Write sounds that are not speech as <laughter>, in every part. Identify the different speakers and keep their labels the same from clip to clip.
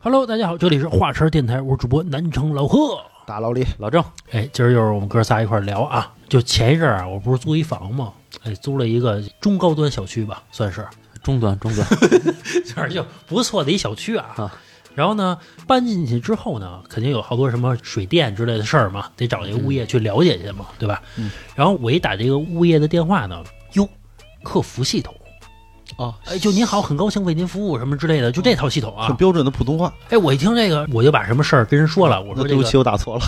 Speaker 1: Hello，大家好，这里是华晨电台，我是主播南城老贺。
Speaker 2: 大老李，
Speaker 3: 老郑，
Speaker 1: 哎，今儿又是我们哥仨一块儿聊啊。就前一阵儿啊，我不是租一房吗？哎，租了一个中高端小区吧，算 <laughs> 是，
Speaker 3: 中端中端，
Speaker 1: 反正就不错的一小区啊。
Speaker 3: 啊
Speaker 1: 然后呢，搬进去之后呢，肯定有好多什么水电之类的事儿嘛，得找这个物业去了解去嘛，对吧？
Speaker 2: 嗯。
Speaker 1: 然后我一打这个物业的电话呢，哟，客服系统，
Speaker 2: 哦，
Speaker 1: 哎，就您好，很高兴为您服务什么之类的，就这套系统啊
Speaker 2: 很。标准的普通话。
Speaker 1: 哎，我一听这个，我就把什么事儿跟人说了，我说
Speaker 2: 那
Speaker 1: 这
Speaker 2: 对
Speaker 1: 个
Speaker 2: 不起，我打错了。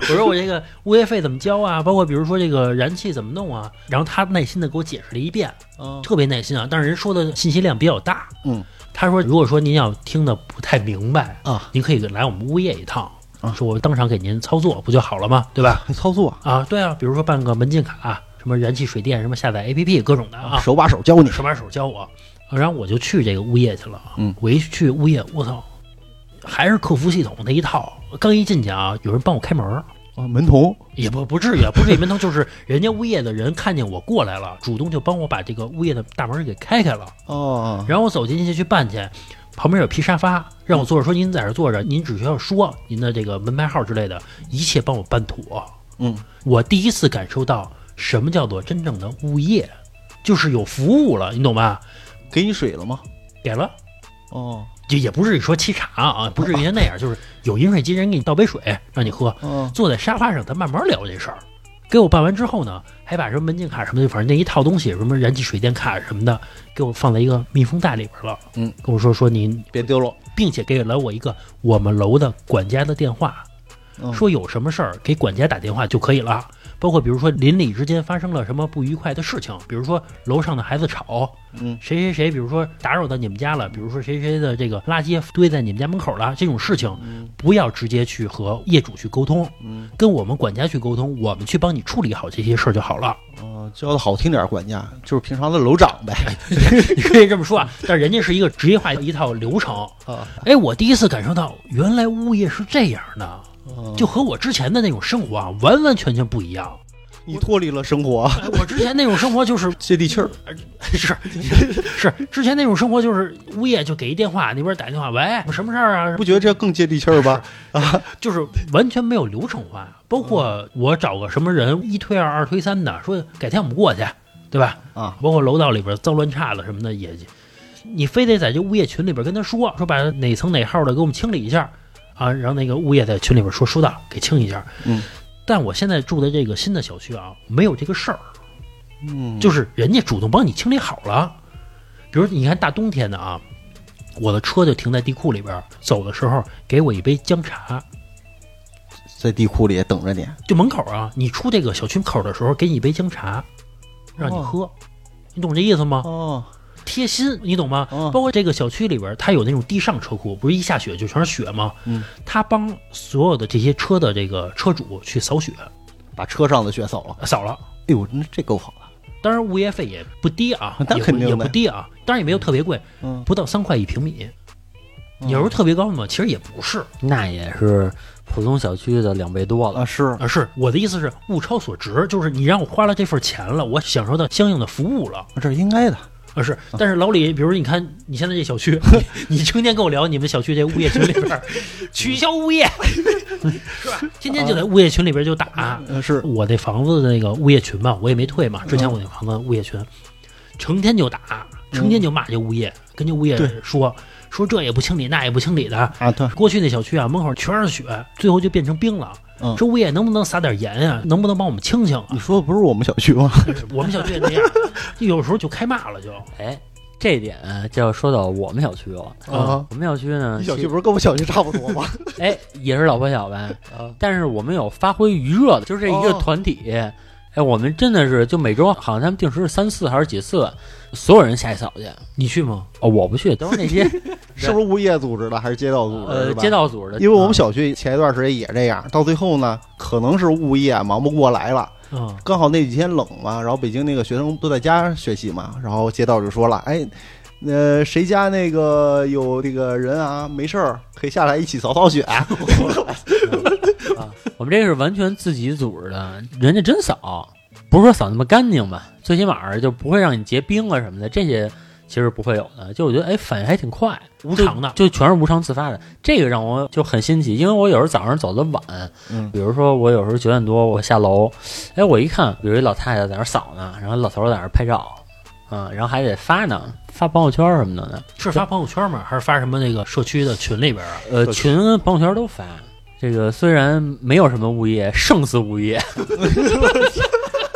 Speaker 1: 我说我这个物业费怎么交啊？包括比如说这个燃气怎么弄啊？然后他耐心的给我解释了一遍，
Speaker 2: 嗯
Speaker 1: 特别耐心啊。但是人说的信息量比较大，
Speaker 2: 嗯，
Speaker 1: 他说如果说您要听的不太明白
Speaker 2: 啊，
Speaker 1: 您可以来我们物业一趟
Speaker 2: 啊，
Speaker 1: 说我当场给您操作不就好了吗？对吧？
Speaker 2: 还操作啊
Speaker 1: 啊，对啊，比如说办个门禁卡、啊什么燃气水电，什么下载 APP 各种的啊，
Speaker 2: 手把手教你。
Speaker 1: 手把手教我。啊然后我就去这个物业去了，
Speaker 2: 嗯，
Speaker 1: 我一去物业，我操，还是客服系统那一套。刚一进去啊，有人帮我开门儿。
Speaker 2: 啊，门童
Speaker 1: 也不不至于，啊，不至于门头，就是人家物业的人看见我过来了，主动就帮我把这个物业的大门给开开了。
Speaker 2: 哦，
Speaker 1: 然后我走进去去办去，旁边有皮沙发，让我坐着，说您在这儿坐着，您只需要说您的这个门牌号之类的，一切帮我办妥。
Speaker 2: 嗯，
Speaker 1: 我第一次感受到什么叫做真正的物业，就是有服务了，你懂吧？
Speaker 2: 给你水了吗？
Speaker 1: 给了。
Speaker 2: 哦，
Speaker 1: 就也不至于说沏茶啊，不至于那样，就是有饮水机人给你倒杯水让你喝，
Speaker 2: 嗯，
Speaker 1: 坐在沙发上，咱慢慢聊这事儿。给我办完之后呢，还把什么门禁卡什么的，反正那一套东西，什么燃气水电卡什么的，给我放在一个密封袋里边了。
Speaker 2: 嗯，
Speaker 1: 跟我说说您，
Speaker 2: 别丢了。
Speaker 1: 并且给了我一个我们楼的管家的电话，
Speaker 2: 嗯
Speaker 1: 说有什么事儿给管家打电话就可以了。包括比如说邻里之间发生了什么不愉快的事情，比如说楼上的孩子吵，
Speaker 2: 嗯
Speaker 1: 谁谁谁，比如说打扰到你们家了，比如说谁谁的这个垃圾堆在你们家门口了，这种事情，不要直接去和业主去沟通，
Speaker 2: 嗯，
Speaker 1: 跟我们管家去沟通，我们去帮你处理好这些事儿就好
Speaker 2: <laughs>
Speaker 1: 了。
Speaker 2: 哦，教的好听点，管家就是平常的楼长呗。
Speaker 1: 你可以这么说啊，但是人家是一个职业化一套流
Speaker 2: <laughs>
Speaker 1: 程。
Speaker 2: 啊，
Speaker 1: 哎，我第一次感受到，原来物业是这样的，
Speaker 2: 嗯
Speaker 1: 就和我之前的那种生活啊，完完全全不一样。
Speaker 2: 你脱离了生活，
Speaker 1: 哎我之前那种生活就是 <laughs>
Speaker 2: <laughs> 接地气儿。
Speaker 1: 是是，之前那种生活就是物业就给一电话，那边打电话，喂，什么事儿啊？ <laughs>
Speaker 2: 不觉得这更接地气儿 <laughs> 吧？
Speaker 1: 就是完全没有流程化。包括我找个什么人一推二，二推三的，说改天我们过去，对吧？
Speaker 2: 啊，
Speaker 1: 包括楼道里边脏乱差的什么的也，你非得在这物业群里边跟他说，说把哪层哪号的给我们清理一下啊，然后那个物业在群里边说收到，给清一下。
Speaker 2: 嗯，
Speaker 1: 但我现在住的这个新的小区啊，没有这个事儿，
Speaker 2: 嗯，
Speaker 1: 就是人家主动帮你清理好了。比如你看大冬天的啊，我的车就停在地库里边，走的时候给我一杯姜茶，
Speaker 2: 在地库里等着你。
Speaker 1: 就门口啊，你出这个小区口的时候，给你一杯姜茶，让你喝，你懂这意思吗？
Speaker 2: 哦，
Speaker 1: 贴心，你懂吗？
Speaker 2: 哦
Speaker 1: 包括这个小区里边，它有那种地上车库，不是一下雪就全是雪吗？
Speaker 2: 嗯，
Speaker 1: 他帮所有的这些车的这个车主去扫雪，
Speaker 2: 把车上的雪扫了。
Speaker 1: 呃扫了。
Speaker 2: 哎呦，那这够好的。
Speaker 1: 当然，物业费也不低啊，
Speaker 2: 那
Speaker 1: 也不
Speaker 2: 肯定的
Speaker 1: 也不低啊，当然也没有特别贵，
Speaker 2: 嗯，
Speaker 1: 不到三块一平米。
Speaker 2: 嗯
Speaker 1: 你要是特别高嘛，其实也不是
Speaker 3: 那也是普通小区的两倍多了。
Speaker 2: 啊是，
Speaker 1: 啊。是我的意思是物超所值，就是你让我花了这份钱了，我享受到相应的服务了。
Speaker 2: 这是应该的。
Speaker 1: 啊，是，但是老李，比如你看你 <laughs> 现在这小区，你你成天跟我聊你们小区这物业群里
Speaker 2: <laughs>
Speaker 1: 边儿取消物业， <laughs> 是吧？天天就在物业群里边就打。
Speaker 2: 呃是，
Speaker 1: 我那房子的那个物业群嘛，我也没退嘛，之前我那房子物业群，成天就打，成天就骂这物业，跟这物业
Speaker 2: 对
Speaker 1: 说说这也不清理，那也不清理的。
Speaker 2: 啊对，
Speaker 1: 过去那小区啊，门口全是雪，最后就变成冰了。
Speaker 2: 嗯
Speaker 1: 说物业能不能撒点盐啊？能不能帮我们清清啊
Speaker 2: 你？说的不是我们小区吗？
Speaker 1: 我们小区也那样，有时候就开骂了就。
Speaker 3: 哎，这点就要说到我们小区了。
Speaker 1: 啊
Speaker 2: 啊，
Speaker 3: 我们小区呢，
Speaker 2: 你小
Speaker 3: 其
Speaker 2: 区不是跟我小区差不多吗？ <laughs>
Speaker 3: 哎也是老破小呗，
Speaker 2: 啊，
Speaker 3: 但是我们有发挥余热的，就是这一个
Speaker 2: 哦
Speaker 3: 团体。哎，我们真的是就每周好像他们定时是三次还是几次，所有人下去扫去。
Speaker 1: <laughs> 你去吗？
Speaker 3: 哦，我不去，都是
Speaker 2: <laughs>
Speaker 3: 那些
Speaker 2: 是不是物业组织的还是街道组织的？啊
Speaker 3: 呃
Speaker 2: 哦是吧
Speaker 3: 街，道组的。
Speaker 2: 因为我们小区前一段时间也这样，到最后呢，可能是物业忙不过来了，
Speaker 1: 啊，
Speaker 2: 刚好那几天冷嘛，然后北京那个学生都在家学习嘛，然后街道就说了，哎。呃，谁家那个有这个人啊？没事儿，可以下来一起扫扫雪。啊
Speaker 3: 我们这是完全自己组织的，人家真扫，不是说扫那么干净吧，最起码儿就不会让你结冰啊什么的，这些其实不会有的。就我觉得，哎，反应还挺快，
Speaker 1: 无偿的，
Speaker 3: 就全是无偿自发的，这个让我就很新奇，因为我有时候早上走的晚，
Speaker 2: 嗯
Speaker 3: 比如说我有时候九点多我下楼，哎，我一看有一老太太在那儿扫呢，然后老头儿在那儿拍照，嗯，然后还得发呢，发朋友圈什么的呢，
Speaker 1: 是发朋友圈吗？还是发什么那个社区的群里边啊？
Speaker 3: 呃，
Speaker 2: 对
Speaker 3: 群跟朋友圈都发。这个虽然没有什么物业，胜似物业，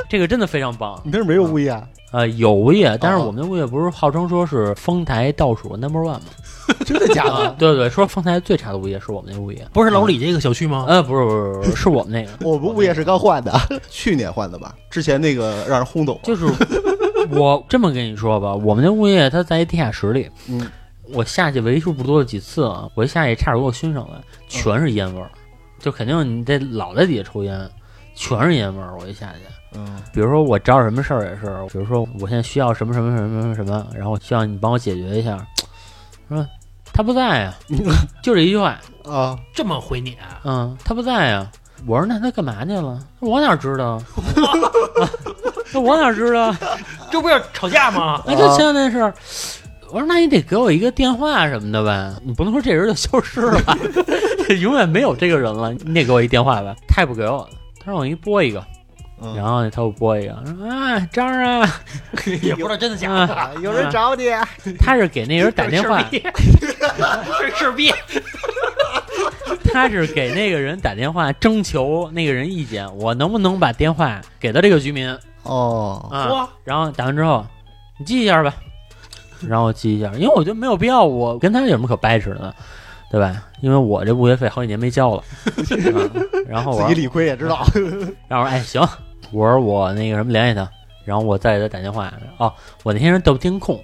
Speaker 3: 这个真的非常棒。
Speaker 2: 你那儿没有物业啊？
Speaker 3: 呃，有物业，但是
Speaker 2: 哦
Speaker 3: 我们的物业不是号称说是丰台倒数 number one 吗？
Speaker 2: 嗯真的假
Speaker 3: 啊
Speaker 2: 的？，
Speaker 3: 对对，说丰台最差的物业是我们那物业。
Speaker 1: 不是老李这个小区吗？
Speaker 3: 呃，不是不是不是，是我们那个，
Speaker 2: <laughs> <laughs> 我们物业是刚换的， <laughs> 去年换的吧？之前那个让人轰走了。
Speaker 3: 就是我这么跟你说吧，我们那物业它在一地下室里，
Speaker 2: 嗯，
Speaker 3: 我下去为数不多的几次啊，我一下去差点给我熏上了，全是烟味儿，就肯定你得老在底下抽烟，全是烟味儿，我一下去。
Speaker 2: 嗯
Speaker 3: 比如说我找点什么事儿也是，比如说我现在需要什么什么什么什么什么，然后需要你帮我解决一下，说他不在 <laughs> 呀、就这一句话，
Speaker 2: 啊，
Speaker 1: 这么回你啊，
Speaker 3: 嗯，他不在呀、我说那他干嘛去了？我哪知道？啊 <laughs> 那、我哪知道？
Speaker 1: 这不是吵架 <laughs> 吗？
Speaker 3: 那就前两天事儿。我说那你得给我一个电话什么的呗，你不能说这人就消失了 <laughs> 吧，永远没有这个人了，你得给我一电话吧。他也不给我，他让我给你拨一个，
Speaker 2: 嗯
Speaker 3: 然后他给我拨一个，说啊张儿啊，
Speaker 1: 也不知道真的假
Speaker 2: <laughs>
Speaker 1: 的。
Speaker 3: 啊
Speaker 2: 啊有人找你，
Speaker 3: 他是给那人打电话，
Speaker 1: 这是逼，
Speaker 3: 他是给那个人打电话征求那个人意见，我能不能把电话给到这个居民
Speaker 2: 哦，
Speaker 3: 啊？
Speaker 1: 哇，
Speaker 3: 然后打完之后，你记一下吧， <laughs> 然后我记一下，因为我觉得没有必要，我跟他有什么可掰扯的，对吧？因为我这物业费好几年没交了，
Speaker 2: <laughs>
Speaker 3: 啊然后我
Speaker 2: 自己理亏也知道。
Speaker 3: 然后我说哎行，我说我那个什么联系他，然后我再给他打电话。哦，我那天是调监控，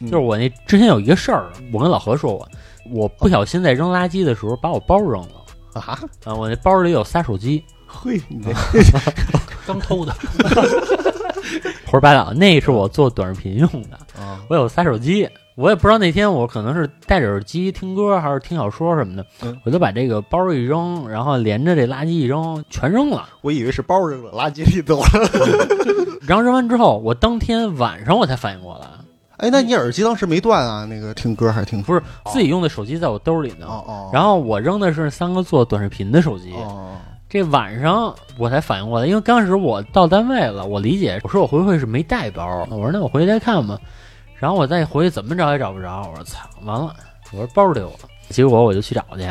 Speaker 2: 嗯
Speaker 3: 就是我那之前有一个事儿，我跟老何说过，我不小心在扔垃圾的时候把我包扔了。
Speaker 2: <laughs> 啊，
Speaker 3: 啊，我那包里有仨手机，
Speaker 2: 嘿，你这
Speaker 1: 刚偷的，
Speaker 3: 胡说八道，那是我做短视频用的。
Speaker 2: <laughs> 啊，
Speaker 3: 我有仨手机，我也不知道那天我可能是戴着耳机听歌还是听小说什么的，
Speaker 2: 嗯
Speaker 3: 我就把这个包一扔，然后连着这垃圾一扔，全扔了。
Speaker 2: 我以为是包扔了，垃圾里走了。
Speaker 3: 然后扔完之后，我当天晚上我才反应过来，
Speaker 2: 哎，那你耳机当时没断啊？那个听歌还是听
Speaker 3: 不是自己用的手机在我兜里呢。
Speaker 2: 哦哦，
Speaker 3: 然后我扔的是三个做短视频的手机，
Speaker 2: 哦，
Speaker 3: 这晚上我才反应过来，因为当时我到单位了，我理解我说我回会是没带包，我说那我回去再看吧。然后我再回去怎么找也找不着，我说操，完了，我说包丢了。结果我就去找去，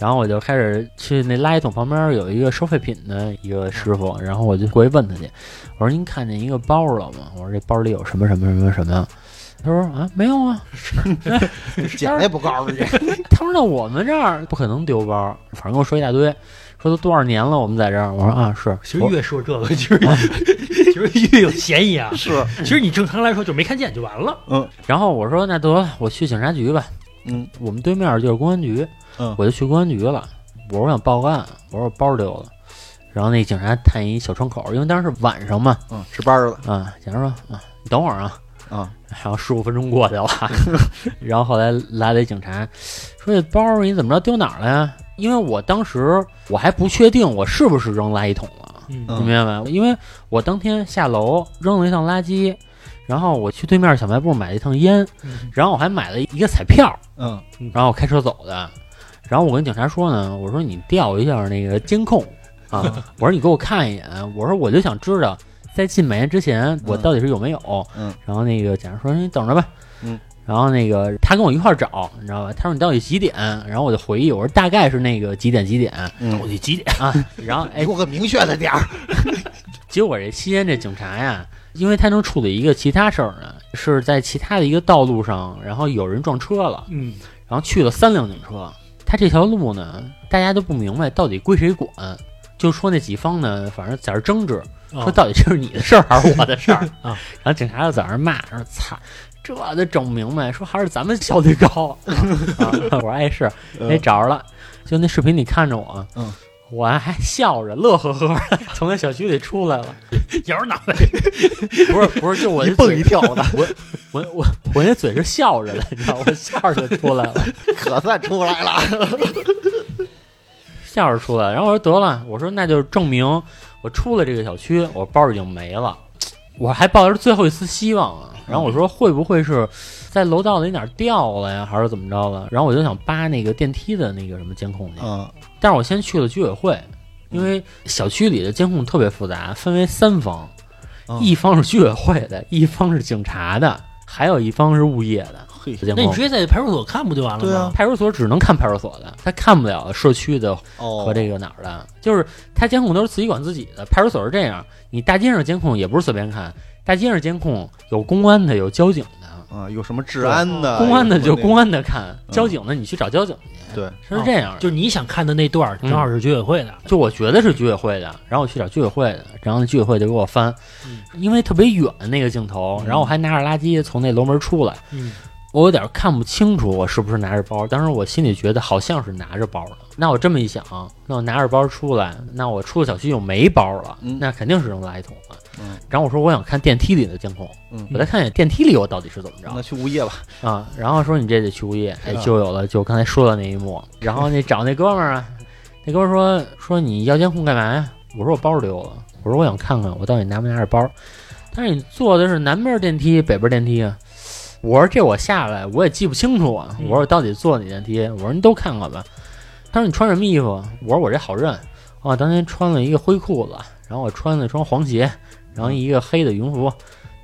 Speaker 3: 然后我就开始去那垃圾桶旁边有一个收废品的一个师傅，然后我就过去问他去，我说您看见一个包了吗？我说这包里有什么什么什么什么呀？他说啊没有啊，
Speaker 2: 捡了也不告诉你。
Speaker 3: 他说：“那我们这儿不可能丢包，反正跟我说一大堆，说都多少年了，我们在这儿。”我说：“啊，是。”
Speaker 1: <laughs> 其实越说这个，其实其实越有嫌疑啊。
Speaker 2: <laughs> 是，
Speaker 1: 其实你正常来说就没看见就完了。
Speaker 3: 然后我说：“那得了，我去警察局吧。
Speaker 2: 嗯
Speaker 3: 我们对面就是公安局，
Speaker 2: 嗯
Speaker 3: 我就去公安局了。我说我想报个案，我说我包丢了。”然后那警察探一小窗口，因为当时是晚上嘛，
Speaker 2: 嗯，值班了
Speaker 3: 啊，警察说：“啊，你等会儿啊。”
Speaker 2: 啊，
Speaker 3: 然后十五分钟
Speaker 2: <laughs>
Speaker 3: 过去了，然后后来来了一警察，说这包你怎么着丢哪儿了呀？因为我当时我还不确定我是不是扔垃圾桶了，
Speaker 1: 嗯
Speaker 2: 嗯
Speaker 3: 你明白吗？因为我当天下楼扔了一趟垃圾，然后我去对面小卖部买了一趟烟，
Speaker 1: 嗯
Speaker 3: 然后我还买了一个彩票，
Speaker 2: 嗯
Speaker 3: 然后我开车走的。然后我跟警察说呢，我说你调一下那个监控啊，
Speaker 1: <laughs>
Speaker 3: 我说你给我看一眼，我说我就想知道在进买烟之前我到底是有没有。
Speaker 2: 嗯
Speaker 3: 然后那个警察说你等着吧。
Speaker 2: 嗯。
Speaker 3: 然后那个他跟我一块儿找，你知道吧？他说你到底几点？然后我就回忆，我说大概是那个几点几点
Speaker 1: 我
Speaker 2: 嗯，
Speaker 1: 得几点？
Speaker 3: 啊。然后哎
Speaker 2: 给，我个明确的点儿。
Speaker 3: 结果这期间这警察呀，因为他能处理一个其他事儿呢，是在其他的一个道路上，然后有人撞车了，
Speaker 1: 嗯，
Speaker 3: 然后去了三辆警车。他这条路呢，大家都不明白到底归谁管，就说那几方呢，反正在这儿争执，
Speaker 1: 啊
Speaker 3: 说到底这是你的事儿还是我的事 <laughs> 儿
Speaker 1: 啊？
Speaker 3: 然后警察就在那儿骂，说：“操，这都整不明白，说还是咱们效率高。 <laughs> 啊”我说：“哎，是，哎，找着了，就那视频你看着我，啊
Speaker 2: 嗯，
Speaker 3: 我还笑着乐呵呵的 <laughs> 从那小区里出来了，
Speaker 1: 摇着脑袋，
Speaker 3: 不是不是，就我
Speaker 2: 一
Speaker 3: 这
Speaker 2: 蹦
Speaker 3: 嘴
Speaker 2: 一跳 <laughs> 的，
Speaker 3: 我我我那嘴是笑着的，你知道吗，我笑着就出来了，
Speaker 2: 可算出来了。
Speaker 3: 笑着出来。然后我说得了，我说那就证明我出了这个小区，我包已经没了，我还抱着最后一丝希望啊。然后我说会不会是在楼道里哪儿掉了呀，还是怎么着了？然后我就想扒那个电梯的那个什么监控去，
Speaker 2: 啊
Speaker 3: 但是我先去了居委会，因为小区里的监控特别复杂，分为三方，
Speaker 2: 啊
Speaker 3: 一方是居委会的，一方是警察的，还有一方是物业的。
Speaker 2: 嘿，
Speaker 3: 监
Speaker 1: 那你
Speaker 3: 控
Speaker 1: 直接在派出所看不就完了吗？
Speaker 2: 对啊
Speaker 3: 派出所只能看派出所的，他看不了社区的
Speaker 2: 哦，
Speaker 3: 和这个哪儿的，就是他监控都是自己管自己的。派出所是这样，你大街上监控也不是随便看，大街上监控有公安的，有交警的，
Speaker 2: 啊，有什么治安的？
Speaker 3: 公安的就公
Speaker 2: 安，
Speaker 3: 安的看，
Speaker 2: 嗯
Speaker 3: 交警的你去找交警去。
Speaker 2: 对，哦
Speaker 3: 是这样的。
Speaker 1: 就是你想看的那段儿，
Speaker 3: 嗯
Speaker 1: 正好是居委会的，
Speaker 3: 就我觉得是居委会的，然后我去找居委会的，然后居委会就给我翻，因为特别远那个镜头，
Speaker 2: 嗯
Speaker 3: 然后我还拿着垃圾从那楼门出来，
Speaker 1: 嗯，
Speaker 3: 我有点看不清楚我是不是拿着包，当时我心里觉得好像是拿着包的。那我这么一想，那我拿着包出来，那我出了小区就没包了，
Speaker 2: 嗯
Speaker 3: 那肯定是扔垃圾桶了。
Speaker 2: 嗯
Speaker 3: 然后我说我想看电梯里的监控，
Speaker 2: 嗯
Speaker 3: 我再看一眼电梯里我到底是怎么着。
Speaker 2: 那去物业吧。
Speaker 3: 啊，然后说你这得去物业，哎，
Speaker 2: 啊
Speaker 3: 就有了就刚才说的那一幕。然后那找那哥们儿啊，那哥们儿说说你要监控干嘛呀？我说我包丢了，我说我想看看我到底拿没拿着包。但是你坐的是南边电梯，北边电梯啊。我说这我下来我也记不清楚啊。
Speaker 1: 嗯
Speaker 3: 我说我到底坐哪电梯？我说你都看看吧。他说你穿什么衣服？啊我说我这好认，啊，当天穿了一个灰裤子，然后我穿了一双黄鞋，然后一个黑的羽绒服。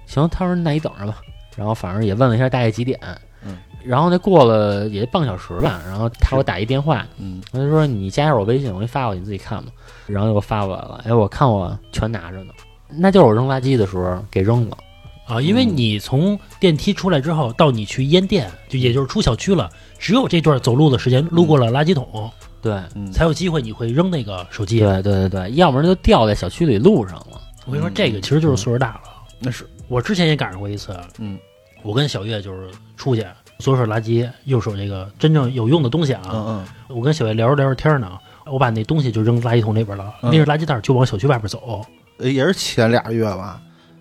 Speaker 3: 行，他说那你等着吧。然后反正也问了一下大概几点，
Speaker 2: 嗯，
Speaker 3: 然后那过了也半个小时吧，然后他给我打一电话，
Speaker 2: 嗯，
Speaker 3: 他就说你加一下我微信，我给你发过去，你自己看吧。然后又给我发过来了，哎，我看我全拿着呢，那就是我扔垃圾的时候给扔了。
Speaker 1: 啊，因为你从电梯出来之后，到你去烟店，就也就是出小区了，只有这段走路的时间，路过了垃圾桶，
Speaker 3: 对，
Speaker 2: 嗯
Speaker 1: 才有机会你会扔那个手机。
Speaker 3: 对对对对，要不然就掉在小区里路上了。
Speaker 1: 我跟你说，这个其实就是岁数大了。
Speaker 2: 那是，
Speaker 1: 我之前也赶上过一次，啊
Speaker 2: 嗯
Speaker 1: 我跟小月就是出去，左手垃圾，右手这个真正有用的东西啊。
Speaker 2: 嗯
Speaker 1: 我跟小月聊着聊着天呢，我把那东西就扔垃圾桶里边了，
Speaker 2: 嗯
Speaker 1: 拎着垃圾袋就往小区外边走。
Speaker 2: 嗯，也是前俩月吧。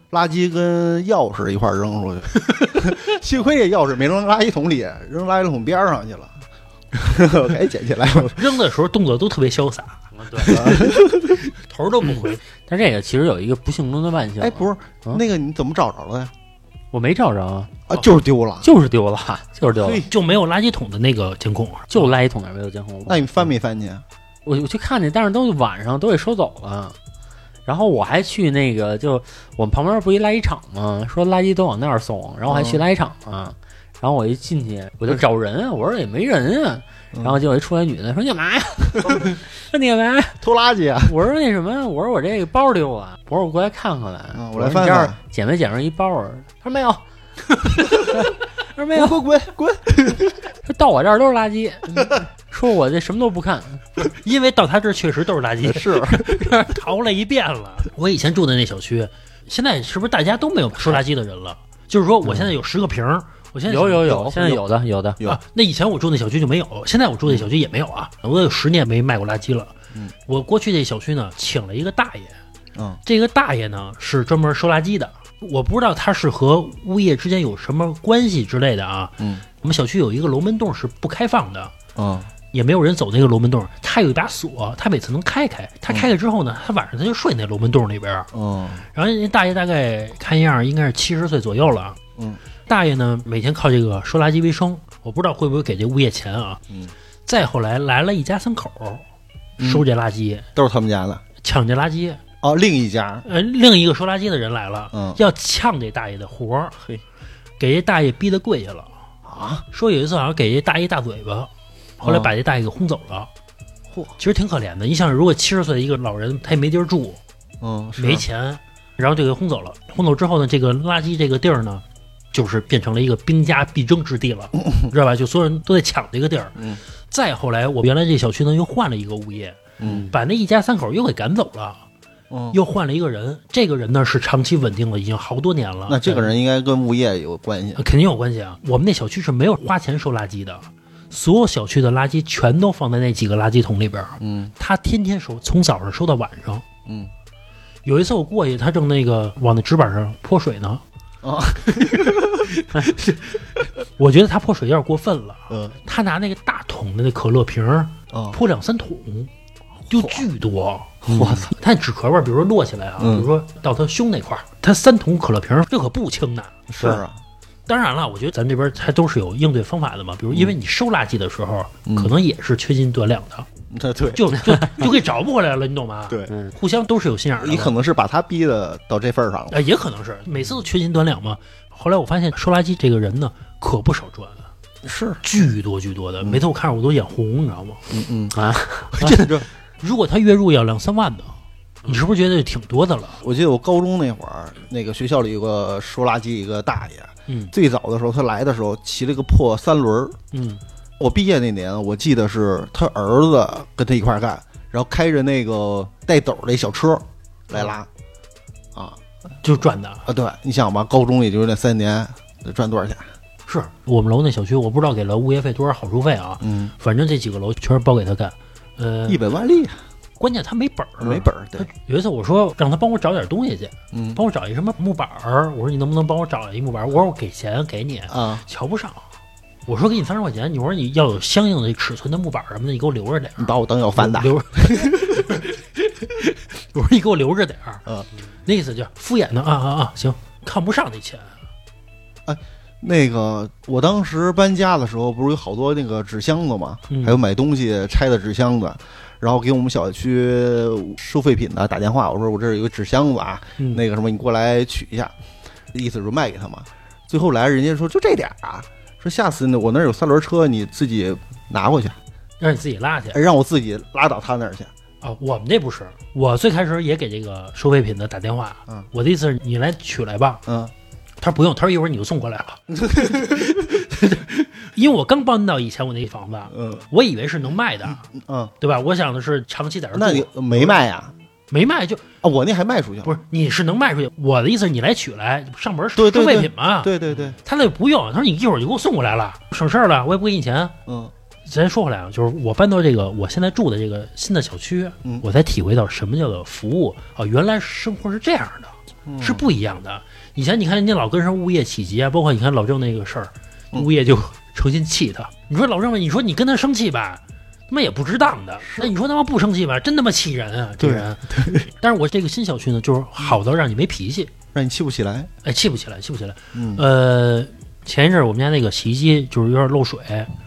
Speaker 2: 垃圾跟钥匙一块儿扔出去， <laughs> 幸亏这钥匙没扔垃圾桶里，扔垃圾桶边儿上去了， <laughs> 我给捡起来 <laughs> 了。
Speaker 1: 扔的时候动作都特别潇洒，
Speaker 2: 啊
Speaker 1: 头儿都不回。
Speaker 3: <laughs> 但这个其实有一个不幸中的万幸，
Speaker 2: 哎，不是，
Speaker 3: 嗯
Speaker 2: 那个你怎么找着了呀？
Speaker 3: 我没找着啊，
Speaker 2: 啊，
Speaker 1: 哦
Speaker 2: 就是丢了。
Speaker 3: 就是丢了， <laughs> 就是丢了
Speaker 2: 嘿，，
Speaker 1: 就没有垃圾桶的那个监控，
Speaker 3: 就垃圾桶那边有监控。
Speaker 2: 那你翻没翻去？啊
Speaker 3: 我我去看见，但是都晚上都给收走了。然后我还去那个，就我们旁边不一垃圾场吗？说垃圾都往那儿送，然后我还去
Speaker 2: 嗯
Speaker 3: 垃圾场啊。然后我一进去，我就找人啊，我说也没人啊。
Speaker 2: 嗯
Speaker 3: 然后结果一出来女的说你干嘛呀？ <laughs> 说你干嘛呀？
Speaker 2: 偷垃圾啊？
Speaker 3: 我说那什么，我说我这个包丢了，我说我过来看看来，
Speaker 2: 嗯
Speaker 3: 我
Speaker 2: 我来
Speaker 3: 说
Speaker 2: 翻
Speaker 3: 你这儿
Speaker 2: 翻
Speaker 3: 捡没捡着一包啊？他说没有，他说没有，
Speaker 2: 滚滚滚！
Speaker 3: 说到我这儿都是垃圾，嗯说我这什么都不看，
Speaker 1: 因为到他这儿确实都是垃圾，
Speaker 2: 是，
Speaker 1: 淘了一遍了。我以前住的那小区，现在是不是大家都没有收垃圾的人了？就是说，我现在有十个瓶儿，我现在
Speaker 3: 有有
Speaker 2: 有
Speaker 3: 现在有的有的，
Speaker 2: 有
Speaker 1: 啊，那以前我住那小区就没有，现在我住那小区也没有啊，我有十年没卖过垃圾了。
Speaker 2: 嗯，
Speaker 1: 我过去这小区呢，请了一个大爷，
Speaker 2: 嗯
Speaker 1: 这个大爷呢是专门收垃圾的，我不知道他是和物业之间有什么关系之类的啊。
Speaker 2: <laughs> 嗯
Speaker 1: 我们小区有一个楼门洞是不开放的，
Speaker 2: 嗯
Speaker 1: 也没有人走那个楼门洞，他有一把锁，他每次能开开。他开开之后呢，他晚上他就睡那楼门洞里边儿。
Speaker 2: 嗯
Speaker 1: 然后人家大爷大概看样儿应该是七十岁左右了啊。
Speaker 2: 嗯，
Speaker 1: 大爷呢每天靠这个收垃圾为生，我不知道会不会给这物业钱啊。
Speaker 2: 嗯，
Speaker 1: 再后来来了一家三口儿
Speaker 2: 嗯
Speaker 1: 收这垃圾，
Speaker 2: 都是他们家的。
Speaker 1: 抢这垃圾。
Speaker 2: 哦，另一家，
Speaker 1: 呃，另一个收垃圾的人来了，
Speaker 2: 嗯
Speaker 1: 要呛这大爷的活儿，
Speaker 2: 嘿，
Speaker 1: 给这大爷逼得跪下了。
Speaker 2: 啊，
Speaker 1: 说有一次好像给这大爷一大嘴巴，后
Speaker 2: 哦
Speaker 1: 来把这大爷给轰走了。嚯、其实挺可怜的。你想，如果七十岁的一个老人，他也没地儿住，
Speaker 2: 嗯，是
Speaker 1: 没钱，然后就给轰走了。轰走之后呢，这个垃圾这个地儿呢，就是变成了一个兵家必争之地
Speaker 2: <laughs>
Speaker 1: 了，你知道吧？就所有人都在抢这个地儿。
Speaker 2: 嗯
Speaker 1: 再后来，我原来这小区呢又换了一个物业，
Speaker 2: 嗯
Speaker 1: 把那一家三口又给赶走了，
Speaker 2: 嗯，
Speaker 1: 又换了一个人。这个人呢是长期稳定了，已经好多年了。
Speaker 2: 那这个人应该跟物业有关系。
Speaker 1: 呃肯定有关系啊。我们那小区是没有花钱收垃圾的，所有小区的垃圾全都放在那几个垃圾桶里边儿。
Speaker 2: <laughs> 嗯
Speaker 1: 他天天收，从早上收到晚上。
Speaker 2: 嗯
Speaker 1: 有一次我过去，他正那个往那纸板上泼水呢，
Speaker 2: 啊
Speaker 1: <laughs> 我觉得他泼水有点过分了。
Speaker 2: 嗯
Speaker 1: 他拿那个大桶的那可乐瓶儿
Speaker 2: 啊
Speaker 1: 泼两三桶，就巨多。我操！它纸壳儿，比如说摞起来啊，
Speaker 2: 嗯
Speaker 1: 比如说到他胸那块儿，他三桶可乐瓶儿，这可不轻的。
Speaker 2: 是啊，
Speaker 1: 当然了，我觉得咱们这边还都是有应对方法的嘛，比如因为你收垃圾的时候，
Speaker 2: 嗯
Speaker 1: 可能也是缺斤短两的，
Speaker 2: 对对
Speaker 1: 就就就给找不回来了，你懂吗？，
Speaker 2: 对，
Speaker 3: 嗯，
Speaker 1: 互相都是有心眼儿的嘛。
Speaker 2: 你可能是把他逼的到这份儿上了。
Speaker 1: 啊，也可能是每次都缺斤短两嘛。后来我发现收垃圾这个人呢，可不少赚，啊
Speaker 2: 是，
Speaker 1: 巨多巨多的，每次我看着我都眼红，你知道吗？
Speaker 2: 嗯嗯 <laughs>
Speaker 3: 啊，
Speaker 2: 这这，
Speaker 1: 如果他月入要两三万的，你是不是觉得挺多的了？
Speaker 2: 我记得我高中那会儿，那个学校里有个收垃圾一个大爷，
Speaker 1: 嗯
Speaker 2: 最早的时候他来的时候骑了个破三轮儿。
Speaker 1: 嗯，
Speaker 2: 我毕业那年，我记得是他儿子跟他一块儿干，然后开着那个带斗儿的一小车来拉，啊
Speaker 1: 就赚的。
Speaker 2: 啊！对，你想吧，高中也就是那三年，得赚多少钱？
Speaker 1: 是我们楼那小区，我不知道给了物业费多少好处费啊，
Speaker 2: 嗯，
Speaker 1: 反正这几个楼全是包给他干。呃
Speaker 2: 一，本万利，啊
Speaker 1: 关键他没本儿，
Speaker 2: 没本儿，对
Speaker 1: 他。有一次我说让他帮我找点东西去，
Speaker 2: 嗯
Speaker 1: 帮我找一什么木板儿，我说你能不能帮我找一木板儿？我说我给钱给你，
Speaker 2: 啊，
Speaker 1: 瞧不上。我说给你三十块钱，你我说你要有相应的尺寸的木板儿什么的，你给我留着点儿
Speaker 2: 你。把我当要饭的，
Speaker 1: 留， <laughs> 我说你给我留着点儿。
Speaker 2: 嗯，
Speaker 1: 那意思就是敷衍的啊啊啊，行，看不上那钱。
Speaker 2: 那个，我当时搬家的时候，不是有好多那个纸箱子嘛，
Speaker 1: 嗯
Speaker 2: 还有买东西拆的纸箱子，然后给我们小区收废品的打电话，我说我这儿有个纸箱子啊，
Speaker 1: 嗯
Speaker 2: 那个什么你过来取一下，意思是卖给他嘛。最后来人家说就这点儿啊，说下次呢我那儿有三轮车，你自己拿过去，
Speaker 1: 让你自己拉去
Speaker 2: 让我自己拉到他那儿去。
Speaker 1: 啊！我们这不是，我最开始也给这个收废品的打电话。
Speaker 2: 嗯
Speaker 1: 我的意思是你来取来吧。
Speaker 2: 嗯
Speaker 1: 他说不用，他说一会儿你就送过来
Speaker 2: <laughs>
Speaker 1: 了。因为我刚搬到以前我那房子，啊
Speaker 2: 嗯
Speaker 1: 我以为是能卖的，
Speaker 2: 嗯，
Speaker 1: 对吧？我想的是长期在这儿
Speaker 2: 那你
Speaker 1: 住
Speaker 2: 没卖呀、
Speaker 1: 没卖就
Speaker 2: 啊？我那还卖出去了。
Speaker 1: 不是你是能卖出去。我的意思是你来取来，上门
Speaker 2: 对对
Speaker 1: 收废
Speaker 2: 对
Speaker 1: 品嘛。
Speaker 2: 对对对，
Speaker 1: 他那不用，他说你一会儿就给我送过来了，省事儿了，我也不给你钱。
Speaker 2: 嗯
Speaker 1: 咱说回来啊，就是我搬到这个我现在住的这个新的小区，
Speaker 2: 嗯
Speaker 1: 我才体会到什么叫做服务啊，原来生活是这样的，
Speaker 2: 嗯
Speaker 1: 是不一样的。以前你看人家老跟人物业起急啊，包括你看老郑那个事儿，
Speaker 2: 嗯
Speaker 1: 物业就成心气他。你说老郑吧，你说你跟他生气吧。他妈也不值当的，那你说他妈不生气吧？真他妈气人啊！这
Speaker 2: 对
Speaker 1: 人，但是我这个新小区呢，就是好到让你没脾气，
Speaker 2: 让你气不起来。
Speaker 1: 哎，气不起来，气不起来。
Speaker 2: 嗯
Speaker 1: 呃，前一阵儿我们家那个洗衣机就是有点漏水，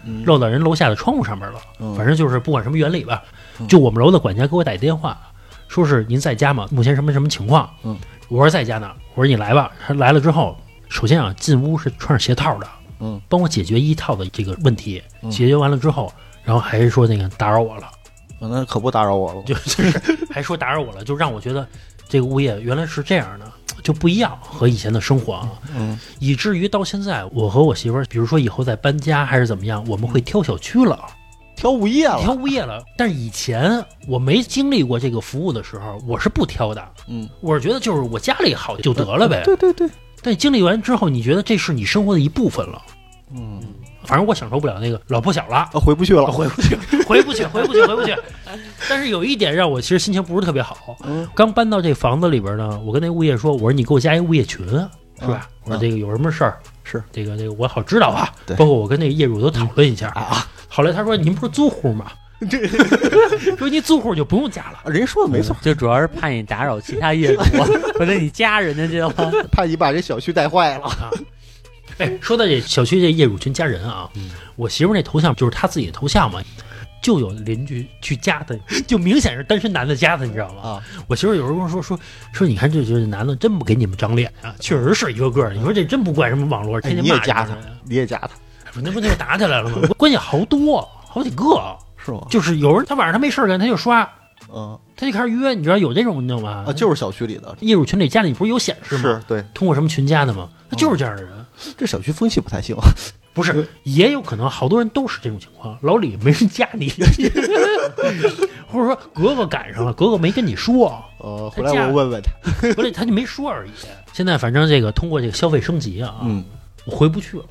Speaker 2: 嗯
Speaker 1: 漏到人楼下的窗户上面了。
Speaker 2: 嗯
Speaker 1: 反正就是不管什么原理吧，
Speaker 2: 嗯
Speaker 1: 就我们楼的管家给我打一电话，说是您在家吗？目前什么什么情况？
Speaker 2: 嗯，
Speaker 1: 我说在家呢。我说你来吧。他来了之后，首先啊，进屋是穿上鞋套的，
Speaker 2: 嗯，
Speaker 1: 帮我解决一套的这个问题。
Speaker 2: 嗯
Speaker 1: 解决完了之后，然后还是说那个打扰我了，
Speaker 2: 啊那可不打扰我了。
Speaker 1: 就就是 <laughs> 还说打扰我了，就让我觉得这个物业原来是这样的，就不一样和以前的生活啊。
Speaker 2: 嗯
Speaker 1: 以至于到现在，我和我媳妇儿，比如说以后再搬家还是怎么样，我们会挑小区了，，
Speaker 2: 挑物业了。
Speaker 1: 挑物业了。但是以前我没经历过这个服务的时候，我是不挑的，
Speaker 2: 嗯，
Speaker 1: 我是觉得就是我家里好就得了呗。
Speaker 2: 对对对，
Speaker 1: 但经历完之后，你觉得这是你生活的一部分了。
Speaker 2: 嗯，
Speaker 1: 反正我享受不了那个老破小了，
Speaker 2: 啊，回不去了，
Speaker 1: 回不去，回不去，回不去，回不去。但是有一点让我其实心情不是特别好。
Speaker 2: 嗯
Speaker 1: 刚搬到这房子里边呢，我跟那物业说，我说你给我加一物业群啊，是吧？我说这个有什么事儿，
Speaker 2: 嗯是
Speaker 1: 这个这个我好知道啊。
Speaker 2: 对
Speaker 1: 包括我跟那个业主都讨论一下
Speaker 2: 啊。
Speaker 1: 后来他说：“您不是租户
Speaker 2: <laughs>
Speaker 1: 吗？说您租户就不用加了。
Speaker 2: 人家说的没错，
Speaker 3: 就主要是怕你打扰其他 <laughs> 业主，回头你加人家去了。
Speaker 2: 怕你把这小区带坏了。”
Speaker 1: 哎，说到这小区这业主群加人啊，
Speaker 2: 嗯
Speaker 1: 我媳妇儿那头像就是她自己的头像嘛，就有邻居去加她，就明显是单身男的加她，你知道吗？
Speaker 2: 啊，
Speaker 1: 我媳妇儿有时候跟我说说说，你看这这男的真不给你们长脸啊，确实是一个个儿。你说这真不怪什么网络，
Speaker 2: 哎
Speaker 1: 天天
Speaker 2: 你也
Speaker 1: 骂
Speaker 2: 加
Speaker 1: 他
Speaker 2: 他，你也加他，
Speaker 1: 那不就打起来了吗？ <laughs> 关键好多好几个，
Speaker 2: 是吗？
Speaker 1: 就是有人他晚上他没事儿干，他就刷，
Speaker 2: 嗯
Speaker 1: 他就开始约，你知道有这种你知道吗？
Speaker 2: 啊，就是小区里的，
Speaker 1: 业主群里家里不是有显示吗？
Speaker 2: 对，
Speaker 1: 通过什么群加的吗？他
Speaker 2: 嗯
Speaker 1: 就是这样的人，
Speaker 2: 这小区风气不太行。
Speaker 1: 不是也有可能好多人都是这种情况，老李没人加你， <laughs> 或者说格格赶上了，格格没跟你
Speaker 2: <laughs>
Speaker 1: 说，
Speaker 2: 呃，
Speaker 1: 他
Speaker 2: 回
Speaker 1: 加
Speaker 2: 来我问问他。
Speaker 1: 不是他就没说而已。现在反正这个通过这个消费升级啊，
Speaker 2: 嗯，
Speaker 1: 我回不去了。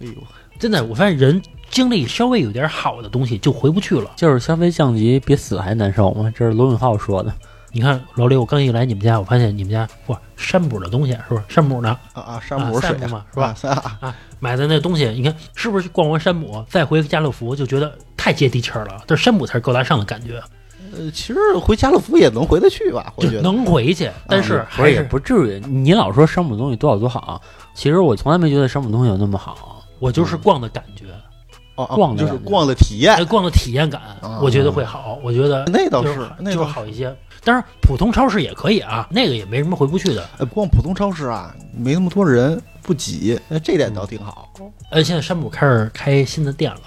Speaker 2: 哎呦，
Speaker 1: 真的，我发现人经历稍微有点好的东西就回不去了。
Speaker 3: <laughs> 就是消费降级，比死还难受嘛。这是罗永浩说的。
Speaker 1: 你看老李，我刚一来你们家，我发现你们家哇，山姆的东西是不是山姆呢？
Speaker 2: 啊啊，山姆水
Speaker 1: 啊山姆嘛是吧
Speaker 2: 吧？三啊，
Speaker 1: 啊，买的那东西，你看是不是逛完山姆再回家乐福就觉得太接地气儿了？这山姆才是高大上的感觉。
Speaker 2: 呃，其实回家乐福也能回得去吧？我
Speaker 1: 就
Speaker 2: 觉得
Speaker 1: 能回去，但是
Speaker 3: 不
Speaker 1: 还
Speaker 3: 是也
Speaker 1: 是
Speaker 3: 不至于。你老说山姆东西多好多好，其实我从来没觉得山姆东西有那么好。
Speaker 1: 我就是逛的感觉，
Speaker 2: 哦哦
Speaker 3: 逛的
Speaker 2: 就是
Speaker 3: 感觉
Speaker 2: 逛的体验，
Speaker 1: 哎逛的体验感
Speaker 2: 嗯，
Speaker 1: 我觉得会好。我觉得
Speaker 2: 那倒
Speaker 1: 啊就是是，
Speaker 2: 那
Speaker 1: 就是
Speaker 2: 倒是。
Speaker 1: 好一些。当然，普通超市也可以啊，那个也没什么回不去的。
Speaker 2: 呃，逛普通超市啊，没那么多人，不挤，那这点倒挺好。
Speaker 1: 呃，现在山姆开始开新的店了，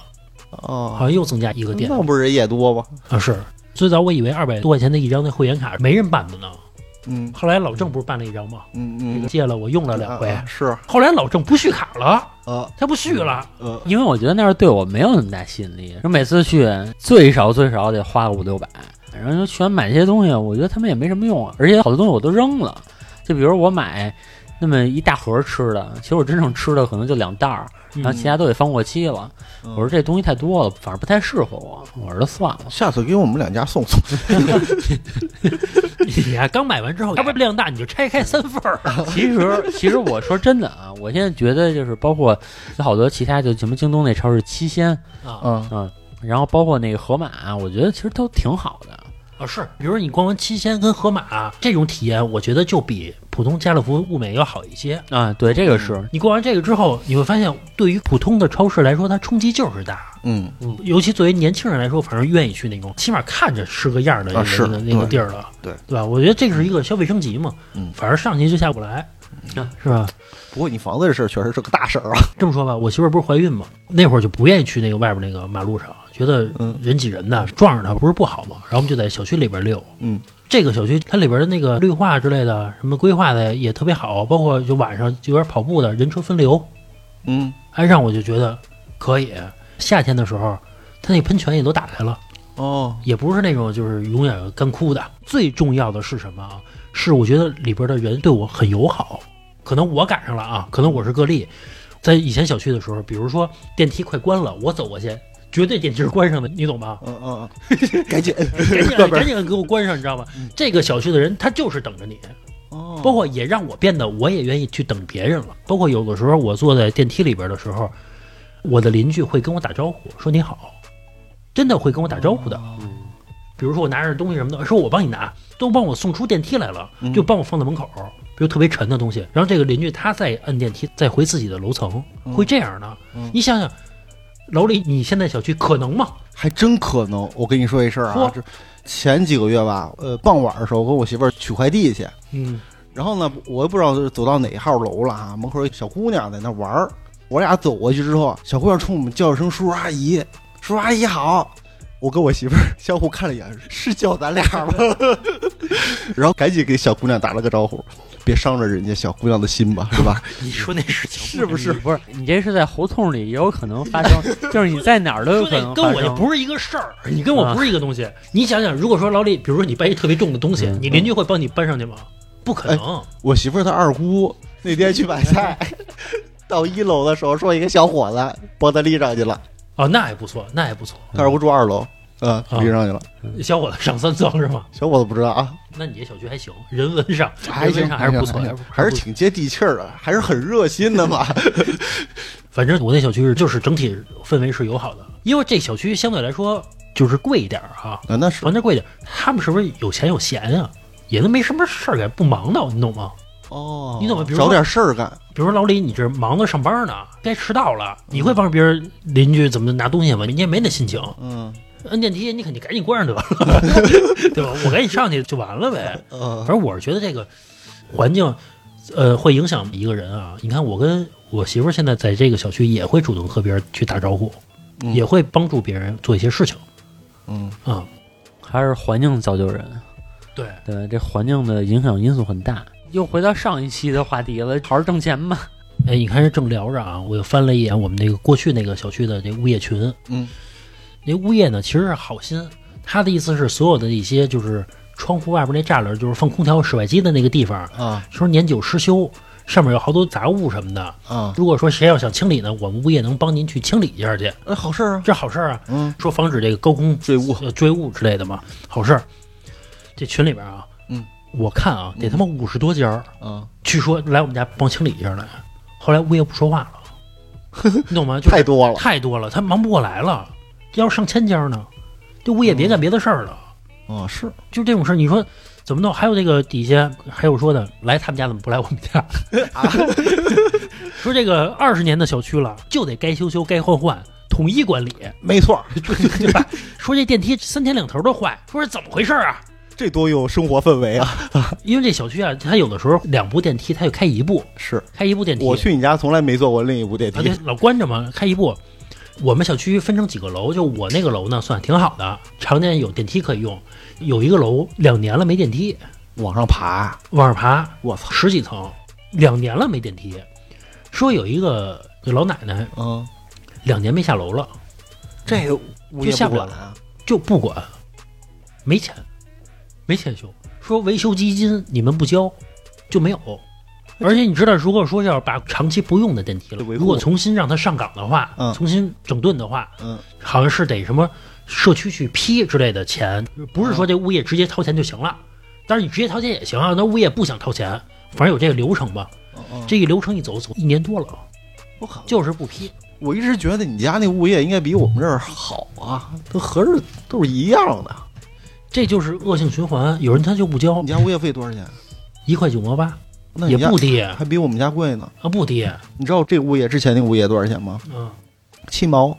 Speaker 1: 好
Speaker 2: 哦，
Speaker 1: 像又增加一个店
Speaker 2: 那不是人也多吗？
Speaker 1: 啊。是，最早我以为二百多块钱的一张那会员卡没人办的呢，
Speaker 2: 嗯
Speaker 1: 后来老郑不是办了一张吗？
Speaker 2: 嗯嗯，
Speaker 1: 借了我用了两回
Speaker 2: 啊，啊是
Speaker 1: 后来老郑不续卡了，
Speaker 2: 呃
Speaker 1: 他不续了。
Speaker 2: 呃，
Speaker 3: 因为我觉得那儿对我没有那么大吸引力。我每次去最少最少得花个五六百，然后全买这些东西，我觉得他们也没什么用，啊而且好多东西我都扔了。就比如我买那么一大盒吃的，其实我真正吃的可能就两袋儿，然后其他都给放过期了。
Speaker 2: 嗯
Speaker 3: 我说这东西太多了，反正不太适合我，我说算了。
Speaker 2: 下次给我们两家送送。
Speaker 1: 你还刚买完
Speaker 2: <laughs>
Speaker 1: 之后，要不量大你就拆开三份儿。
Speaker 2: 哦
Speaker 3: 其实，其实我说真的啊，我现在觉得就是包括有好多其他就什么京东那超市七鲜，
Speaker 1: 啊
Speaker 2: 嗯
Speaker 3: 然后包括那个盒马、啊我觉得其实都挺好的。
Speaker 1: 啊是，比如说你逛完七鲜跟盒马、这种体验，我觉得就比普通家乐福、物美要好一些。
Speaker 3: 啊，对，这个是，
Speaker 1: 你逛完这个之后，你会发现，对于普通的超市来说，它冲击就是大。
Speaker 2: 嗯，
Speaker 1: 嗯，尤其作为年轻人来说，反正愿意去那种起码看着是个样儿的一个、
Speaker 2: 啊是
Speaker 1: 那个那个
Speaker 2: 对
Speaker 1: 地儿了，
Speaker 2: 对
Speaker 1: 对吧？我觉得这是一个消费升级嘛，
Speaker 2: 嗯
Speaker 1: 反正上去就下不来，是吧？
Speaker 2: 不过你房子这事儿确实是个大事儿啊。
Speaker 1: 这么说吧，我媳妇儿不是怀孕嘛，那会儿就不愿意去那个外边那个马路上，觉得
Speaker 2: 嗯
Speaker 1: 人挤人的，撞上她不是不好嘛。然后我们就在小区里边溜。
Speaker 2: 嗯，
Speaker 1: 这个小区它里边的那个绿化之类的，什么规划的也特别好，包括就晚上就有点跑步的人车分流，
Speaker 2: 嗯，
Speaker 1: 哎，让我就觉得可以。夏天的时候，它那喷泉也都打开了，
Speaker 2: 哦，
Speaker 1: 也不是那种就是永远干枯的。最重要的是什么啊？是我觉得里边的人对我很友好，可能我赶上了啊，可能我是个例。在以前小区的时候，比如说电梯快关了，我走过去，绝对电梯是关上的，你懂吗？
Speaker 2: <laughs> 嗯嗯，嗯赶紧
Speaker 1: 赶紧
Speaker 2: 哥
Speaker 1: 按
Speaker 2: 们
Speaker 1: 赶
Speaker 2: 儿
Speaker 1: 紧按给我关上，你知道吗？这个小区的人他就是等着你，
Speaker 2: 哦，
Speaker 1: 包括也让我变得我也愿意去等别人了。包括有的时候我坐在电梯里边的时候，我的邻居会跟我打招呼，说你好，真的会跟我打招呼的。
Speaker 2: 哦
Speaker 1: 比如说我拿着东西什么的，说我帮你拿，都帮我送出电梯来了，
Speaker 2: 嗯
Speaker 1: 就帮我放在门口。比如特别沉的东西，然后这个邻居他再摁电梯，再回自己的楼层，
Speaker 2: 嗯
Speaker 1: 会这样的。
Speaker 2: 嗯
Speaker 1: 你想想，楼里你现在小区可能吗？
Speaker 2: 还真可能。我跟你说一事儿啊
Speaker 1: 说，
Speaker 2: 这前几个月吧，呃，傍晚的时候跟我媳妇儿取快递去，
Speaker 1: 嗯
Speaker 2: 然后呢，我也不知道是走到哪一号楼了啊，门口有小姑娘在那玩儿，我俩走过去之后，小姑娘冲我们叫一声叔叔阿姨，叔叔阿姨好。我跟我媳妇儿相互看了一眼，是叫咱俩吗？ <laughs> 然后赶紧给小姑娘打了个招呼，别伤着人家小姑娘的心吧，是吧？
Speaker 1: 你说那是是
Speaker 2: 是不是？
Speaker 3: 不是，你这是在胡同里也有可能发生，就是你在哪儿都有
Speaker 1: 说
Speaker 3: 可
Speaker 1: 那
Speaker 3: 能发
Speaker 1: 跟
Speaker 3: 生。
Speaker 1: 我这不是一个事儿，你跟我不是一个东西。你想想，如果说老李，比如说你搬一特别重的东西，
Speaker 3: 嗯
Speaker 1: 你邻居会帮你搬上去吗？不可能。
Speaker 2: 我媳妇儿她二姑那天去买菜， <laughs> 到一楼的时候说一个小伙子帮她拎上去了，
Speaker 1: 哦，那也不错，那也不错。
Speaker 2: 她二姑住二楼，嗯，
Speaker 1: 啊
Speaker 2: 拎上去了。
Speaker 1: 小伙子上三层是吗？
Speaker 2: 小伙子不知道啊，
Speaker 1: 那你这小区还行， <laughs> 人文上
Speaker 2: <laughs> 还
Speaker 1: 人
Speaker 2: 行，
Speaker 1: 文上还是不
Speaker 2: 行
Speaker 1: 错，
Speaker 2: 还
Speaker 1: 还
Speaker 2: 行
Speaker 1: 不
Speaker 2: 还是。挺接地气儿的，还是很热心的嘛。
Speaker 1: 反正我那小区是就是整体氛围是友好的，因为这小区相对来说就是贵一点儿啊，
Speaker 2: 啊， <laughs> 那是
Speaker 1: 房价贵一点儿。他们是不是有钱有闲啊？也都没什么事儿干，不忙的，你懂吗？
Speaker 2: 哦
Speaker 1: 你怎么比如说
Speaker 2: 找点事儿干？
Speaker 1: 比如说老李，你这忙着上班呢，该迟到了，你会帮别人邻居怎么拿东西吗？你也没那心情。
Speaker 2: 嗯
Speaker 1: 摁电梯，你肯定赶紧关上得了， <laughs> 对吧？我赶紧上去就完了呗。
Speaker 2: 呃
Speaker 1: 反正我是觉得这个环境，呃，会影响一个人啊。你看，我跟我媳妇儿现在在这个小区也会主动和别人去打招呼，
Speaker 2: 嗯
Speaker 1: 也会帮助别人做一些事情
Speaker 2: 嗯，
Speaker 1: 啊、
Speaker 3: 还是环境造就人。
Speaker 1: 对，
Speaker 3: 对，这环境的影响因素很大。又回到上一期的话题了，好好挣钱吧。
Speaker 1: 哎，你看这正聊着啊，我又翻了一眼我们那个过去那个小区的这物业群，
Speaker 2: 嗯，
Speaker 1: 那物业呢其实是好心，他的意思是所有的一些就是窗户外边那栅栏，就是放空调室外机的那个地方，
Speaker 2: 啊
Speaker 1: 说年久失修，上面有好多杂物什么的。
Speaker 2: 啊，
Speaker 1: 如果说谁要想清理呢，我们物业能帮您去清理一下去，
Speaker 2: 哎，好事儿啊，
Speaker 1: 这好事儿啊。
Speaker 2: 嗯，
Speaker 1: 说防止这个高空
Speaker 2: 坠物
Speaker 1: 呃追物之类的嘛，好事儿。这群里边啊，
Speaker 2: 嗯，
Speaker 1: 我看啊，得他妈五十多家儿，
Speaker 2: 啊，
Speaker 1: 据说来我们家帮清理一下来，后来物业不说话了，
Speaker 2: <laughs>
Speaker 1: 你懂吗？就是
Speaker 2: 太多了。
Speaker 1: 太多了，他忙不过来了，要是上千家呢，这物业别干别的事儿了。
Speaker 2: 啊，是
Speaker 1: 就这种事儿，你说怎么弄？还有那个底下还有说的，来他们家怎么不来我们
Speaker 2: <laughs>
Speaker 1: 家？说这个二十年的小区了，就得该修修，该换换，统一管理，
Speaker 2: 没错儿，
Speaker 1: 对吧？说这电梯三天两头的坏，说是怎么回事儿啊？
Speaker 2: <laughs> 这多有生活氛围啊！
Speaker 1: 因为这小区啊，它有的时候两部电梯，它就开一部，
Speaker 2: 是
Speaker 1: 开一部电梯。
Speaker 2: 我去你家从来没坐过另一部电
Speaker 1: 啊，对
Speaker 2: 梯，，
Speaker 1: 老关着嘛，开一部。我们小区分成几个楼，就我那个楼呢，算挺好的，常年有电梯可以用。有一个楼两年了没电梯，
Speaker 2: 往上爬，
Speaker 1: 往上爬
Speaker 2: 我操，
Speaker 1: 十几层，两年了没电梯。说有一个老奶奶
Speaker 2: 嗯，
Speaker 1: 两年没下楼了，
Speaker 2: 这个物业
Speaker 1: 就下
Speaker 2: 嗯
Speaker 1: 不
Speaker 2: 不管
Speaker 1: 了
Speaker 2: 啊，
Speaker 1: 就不管，没钱，没钱修，说维修基金你们不交，就没有。而且你知道，如果说要把长期不用的电梯了，
Speaker 2: 维护
Speaker 1: 如果重新让它上岗的话，
Speaker 2: 嗯
Speaker 1: 重新整顿的话，
Speaker 2: 嗯，
Speaker 1: 好像是得什么社区去批之类的钱，
Speaker 2: 嗯
Speaker 1: 不是说这物业直接掏钱就行了。但是你直接掏钱也行啊，那物业不想掏钱，反正有这个流程吧。
Speaker 2: 啊
Speaker 1: 这一流程一走走一年多了，
Speaker 2: 我靠，
Speaker 1: 就是不批。
Speaker 2: 我一直觉得你家那物业应该比我们这儿好啊，都合着都是一样的。
Speaker 1: 这就是恶性循环，有人他就不交
Speaker 2: 你，家物业费多少钱？
Speaker 1: 一块九毛八
Speaker 2: 那
Speaker 1: 也
Speaker 2: 你家
Speaker 1: 不低，
Speaker 2: 还比我们家贵呢。
Speaker 1: 啊，不低，
Speaker 2: 你知道这物业之前那个物业多少钱吗？
Speaker 1: 嗯，
Speaker 2: 七毛。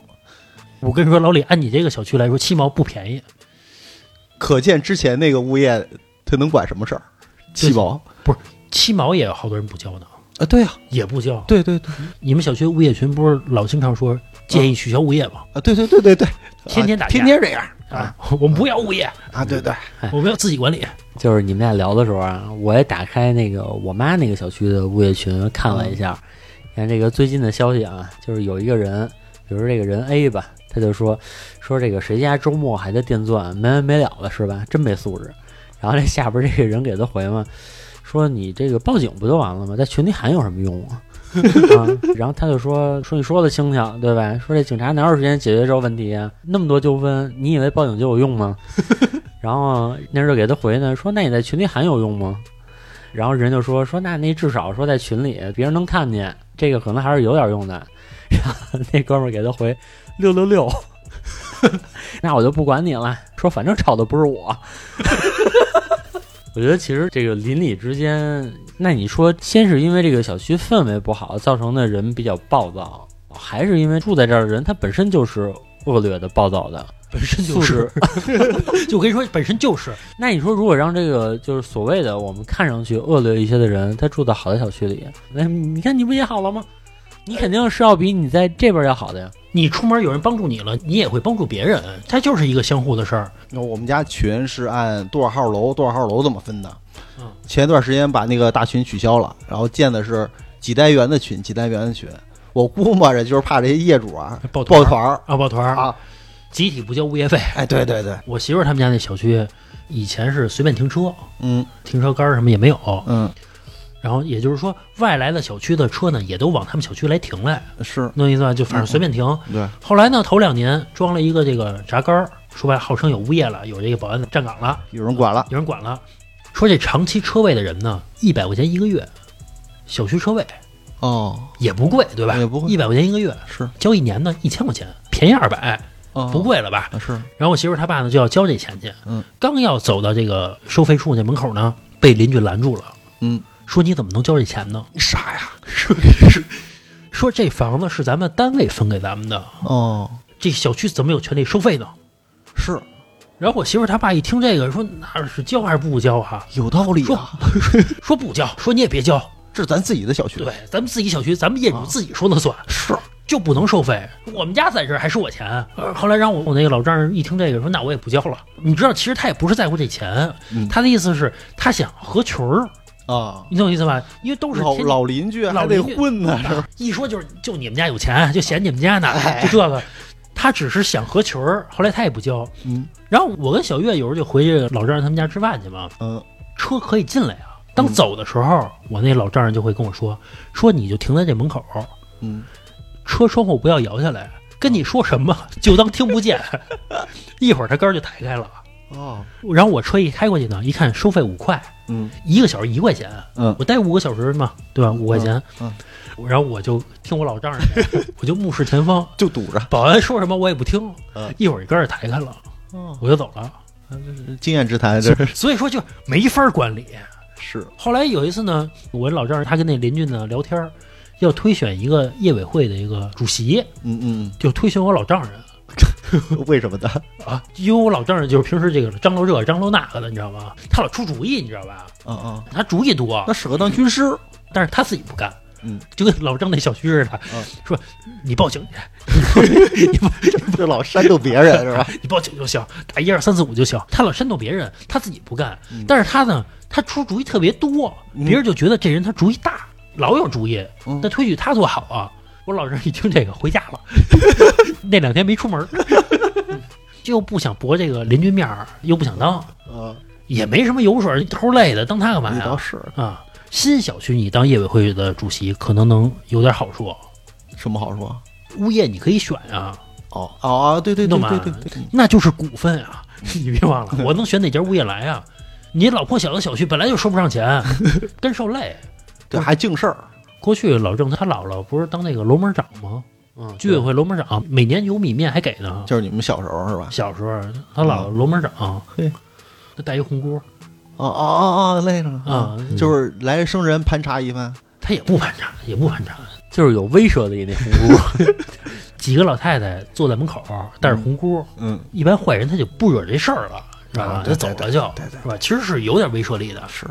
Speaker 1: 我跟你说，老李，按你这个小区来说，七毛不便宜，
Speaker 2: 可见之前那个物业他能管什么事儿？七毛
Speaker 1: 七毛也有好多人不交呢，
Speaker 2: 啊，对呀、
Speaker 1: 也不交。
Speaker 2: 对对对
Speaker 1: 你们小区物业群不是老经常说建议取消物业吗？
Speaker 2: 啊，对对对对对，
Speaker 1: 天天打
Speaker 2: 啊
Speaker 1: 架
Speaker 2: 天天这样
Speaker 1: 啊，我们不要物业，
Speaker 2: 啊，对对，
Speaker 1: 我们要自己管理。
Speaker 3: 就是你们俩聊的时候啊，我也打开那个我妈那个小区的物业群看了一下，看这个最近的消息啊，就是有一个人，比如说这个人 A 吧，他就说说这个谁家周末还在电钻，没完没了的是吧？真没素质。然后这下边这个人给他回嘛，说你这个报警不就完了吗？在群里喊有什么用啊？ <laughs> 啊然后他就说说你说的轻巧对吧？说这警察哪有时间解决这问题啊？那么多纠纷，你以为报警就有用吗？然后那人就给他回呢，说那你在群里喊有用吗？然后人就说说那那至少说在群里别人能看见，这个可能还是有点用的。然后那哥们儿给他回六六 <laughs> 六，那我就不管你了，说反正吵的不是我。 <laughs> 我觉得其实这个邻里之间，那你说先是因为这个小区氛围不好造成的人比较暴躁，还是因为住在这儿的人他本身就是恶劣的、暴躁的，
Speaker 1: 本身
Speaker 3: 素
Speaker 1: 就
Speaker 3: 质
Speaker 1: 是， <laughs> 就我跟你说，本身就是
Speaker 3: 那你说，如果让这个就是所谓的我们看上去恶劣一些的人，他住到好的小区里，那你看你不也好了吗？你肯定是要比你在这边要好的呀。
Speaker 1: 你出门有人帮助你了，你也会帮助别人，它就是一个相互的事儿。
Speaker 2: 那我们家群是按多少号楼多少号楼这么分的。
Speaker 1: 嗯
Speaker 2: 前段时间把那个大群取消了，然后建的是几单元的群，几单元的群。我估摸着就是怕这些业主啊
Speaker 1: 抱团
Speaker 2: 抱
Speaker 1: 儿
Speaker 2: 团儿
Speaker 1: 啊，抱团儿，
Speaker 2: 啊，
Speaker 1: 集体不交物业费。
Speaker 2: 哎，对对对，
Speaker 1: 我媳妇儿他们家那小区以前是随便停车，
Speaker 2: 嗯
Speaker 1: 停车杆儿什么也没有，
Speaker 2: 嗯
Speaker 1: 然后也就是说，外来的小区的车呢，也都往他们小区来停来，
Speaker 2: 是，
Speaker 1: 弄意思吧？就反正随便停。
Speaker 2: 对，
Speaker 1: 后来呢，头两年装了一个这个闸杆儿，说白了，号称有物业了，有这个保安站岗了，
Speaker 2: 有人管了，
Speaker 1: 有人管了。说这长期车位的人呢，一百块钱一个月，小区车位
Speaker 2: 哦，
Speaker 1: 也不贵，对吧？
Speaker 2: 也不贵
Speaker 1: 一百块钱一个月，
Speaker 2: 是
Speaker 1: 交一年呢一千块钱，便宜二百，
Speaker 2: 啊
Speaker 1: 不贵了吧？
Speaker 2: 啊是，
Speaker 1: 然后我媳妇儿她爸呢就要交这钱去，
Speaker 2: 嗯，
Speaker 1: 刚要走到这个收费处那门口呢，被邻居拦住了，
Speaker 2: 嗯，
Speaker 1: 说你怎么能交这钱呢？
Speaker 2: 你傻呀？
Speaker 1: 说说这房子是咱们单位分给咱们的，
Speaker 2: 哦，
Speaker 1: 这小区怎么有权利收费呢？
Speaker 2: 是
Speaker 1: 然后我媳妇儿她爸一听这个，说那是交还是不交啊？
Speaker 2: 有道理啊，
Speaker 1: 说不交，说你也别交，
Speaker 2: 这是咱自己的小区
Speaker 1: 对，，咱们自己小区，咱们业
Speaker 2: 啊
Speaker 1: 主自己说了算，
Speaker 2: 是
Speaker 1: 就不能收费。我们家在这儿还收我钱。呃后来让我我那个老丈人一听这个，说那我也不交了。你知道，其实他也不是在乎这钱，
Speaker 2: 嗯
Speaker 1: 他的意思是，他想合群儿，
Speaker 2: 啊，
Speaker 1: 你懂我意思吧？因为都是
Speaker 2: 老
Speaker 1: 天
Speaker 2: 老邻居还
Speaker 1: 老
Speaker 2: 得
Speaker 1: 邻居
Speaker 2: 混呢， <laughs> 是吧？哎
Speaker 1: 一说就是就你们家有钱，就嫌你们家呢，就这个。他只是想合群儿，后来他也不交。
Speaker 2: 嗯
Speaker 1: 然后我跟小月有时候就回去老丈人他们家吃饭去嘛，
Speaker 2: 嗯
Speaker 1: 车可以进来啊。当走的时候，我那老丈人就会跟我说：“说你就停在这门口，
Speaker 2: 嗯，
Speaker 1: 车窗户不要摇下来，跟你说什么就当听不见。 <laughs> 一会儿他杆儿就抬开了，
Speaker 2: 哦，
Speaker 1: 然后我车一开过去呢，一看收费五块，
Speaker 2: 嗯
Speaker 1: 一个小时一块钱，
Speaker 2: 嗯
Speaker 1: 我待五个小时嘛，对吧？五块钱，
Speaker 2: 嗯
Speaker 1: 然后我就听我老丈人的， <laughs> 我就目视前方，
Speaker 2: 就堵着，
Speaker 1: 保安说什么我也不听
Speaker 2: 嗯，
Speaker 1: 一会儿一杆儿抬开了，
Speaker 2: 哦，
Speaker 1: 我就走了。
Speaker 2: 经验之谈，啊这是
Speaker 1: 所以说就没法管理。
Speaker 2: 是
Speaker 1: 后来有一次呢，我老丈人他跟那邻居呢聊天儿，要推选一个业委会的一个主席，
Speaker 2: 嗯
Speaker 1: 就推选我老丈人
Speaker 2: 嗯，为什么的
Speaker 1: 啊，因为我老丈人就是平时这个张罗这张罗那个的，你知道吗？他老出主意，你知道吧？
Speaker 2: <laughs> 嗯嗯，
Speaker 1: 他主意多
Speaker 2: 那，适合当军师， <laughs>
Speaker 1: 但是他自己不干。
Speaker 2: 嗯，
Speaker 1: 就跟老郑那小区似的，
Speaker 2: 嗯
Speaker 1: 说你报警，
Speaker 2: 就老煽动别人 <laughs> 是吧？嗯
Speaker 1: <laughs> 你报警就行，打一二三四五就行。他老煽动别人，他自己不干，
Speaker 2: 嗯
Speaker 1: 但是他呢，他出主意特别多，
Speaker 2: 嗯
Speaker 1: 别人就觉得这人他主意大，老有主意
Speaker 2: 嗯，
Speaker 1: 那推举他多好啊！我老人一听这个回
Speaker 2: <laughs>
Speaker 1: 家了，那两天没出门，就不想驳这个邻居面儿，又不想当，
Speaker 2: 嗯，
Speaker 1: 也没什么油水，头累的，当他干嘛
Speaker 2: 你倒
Speaker 1: 呀？
Speaker 2: 是
Speaker 1: 啊，新小区你当业委会的主席可能能有点好处，
Speaker 2: 什么好说？
Speaker 1: 物业你可以选啊，
Speaker 2: 哦哦，对对对对对对，
Speaker 1: 那就是股份啊！ <laughs> 你别忘了，我能选哪家物业来啊？你老破小的小区本来就收不上钱， <laughs> 真受累。
Speaker 2: 对还净事儿，
Speaker 1: 过去老郑他姥姥不是当那个楼门长吗？
Speaker 3: 嗯，
Speaker 1: 居委会楼门长，每年有米面还给呢。
Speaker 2: 就是你们小时候是吧？
Speaker 1: 小时候他姥姥楼门长，
Speaker 2: 嘿，
Speaker 1: 他带一红箍
Speaker 2: 哦哦哦哦，累着了
Speaker 1: 啊，
Speaker 2: 就是来生人盘查一番，
Speaker 1: 他也不盘查，也不盘查。
Speaker 3: 就是有威慑力那红箍，
Speaker 1: 几个老太太坐在门口带着红箍，
Speaker 2: 嗯，
Speaker 1: 一般坏人他就不惹这事儿了，知道吧
Speaker 2: 啊？
Speaker 1: 他
Speaker 2: 对
Speaker 1: 走
Speaker 2: 对
Speaker 1: 了就，
Speaker 2: 对对
Speaker 1: 是吧？其实是有点威慑力的。
Speaker 2: 是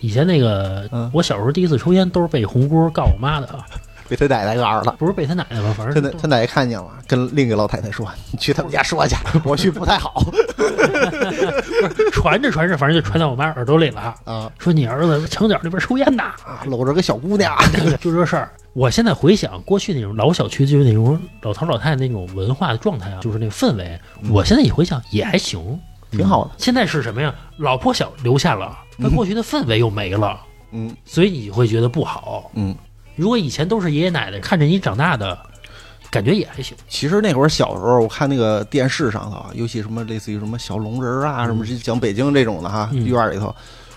Speaker 1: 以前那个
Speaker 2: 嗯，
Speaker 1: 我小时候第一次抽烟都是被红箍告我妈的啊，
Speaker 2: 被他奶奶玩了。
Speaker 1: 不是被他奶奶吧，反
Speaker 2: 他
Speaker 1: 正
Speaker 2: 奶他奶奶看见了，跟另一个老太太说：“你去他们家说去，我去不太好
Speaker 1: 传着传着，反正就传到我妈耳朵里了，
Speaker 2: 啊
Speaker 1: 说你儿子墙角那边抽
Speaker 2: <laughs>
Speaker 1: 烟呢，
Speaker 2: 啊，搂着个小姑娘。
Speaker 1: 就这事儿。我现在回想过去那种老小区，就是那种老头老太太那种文化的状态啊，就是那个氛围。
Speaker 2: 嗯
Speaker 1: 我现在一回想也还行，”
Speaker 2: 挺好的，
Speaker 1: 现在是什么呀？老破小留下了，但过去的氛围又没了，
Speaker 2: 嗯
Speaker 1: 所以你会觉得不好。
Speaker 2: 嗯。
Speaker 1: 如果以前都是爷爷奶奶看着你长大的，感觉也还行。
Speaker 2: 其实那会儿小时候，我看那个电视上头啊，尤其什么类似于什么小龙人儿啊，什么这讲北京这种的哈，
Speaker 1: 嗯
Speaker 2: 院儿里头，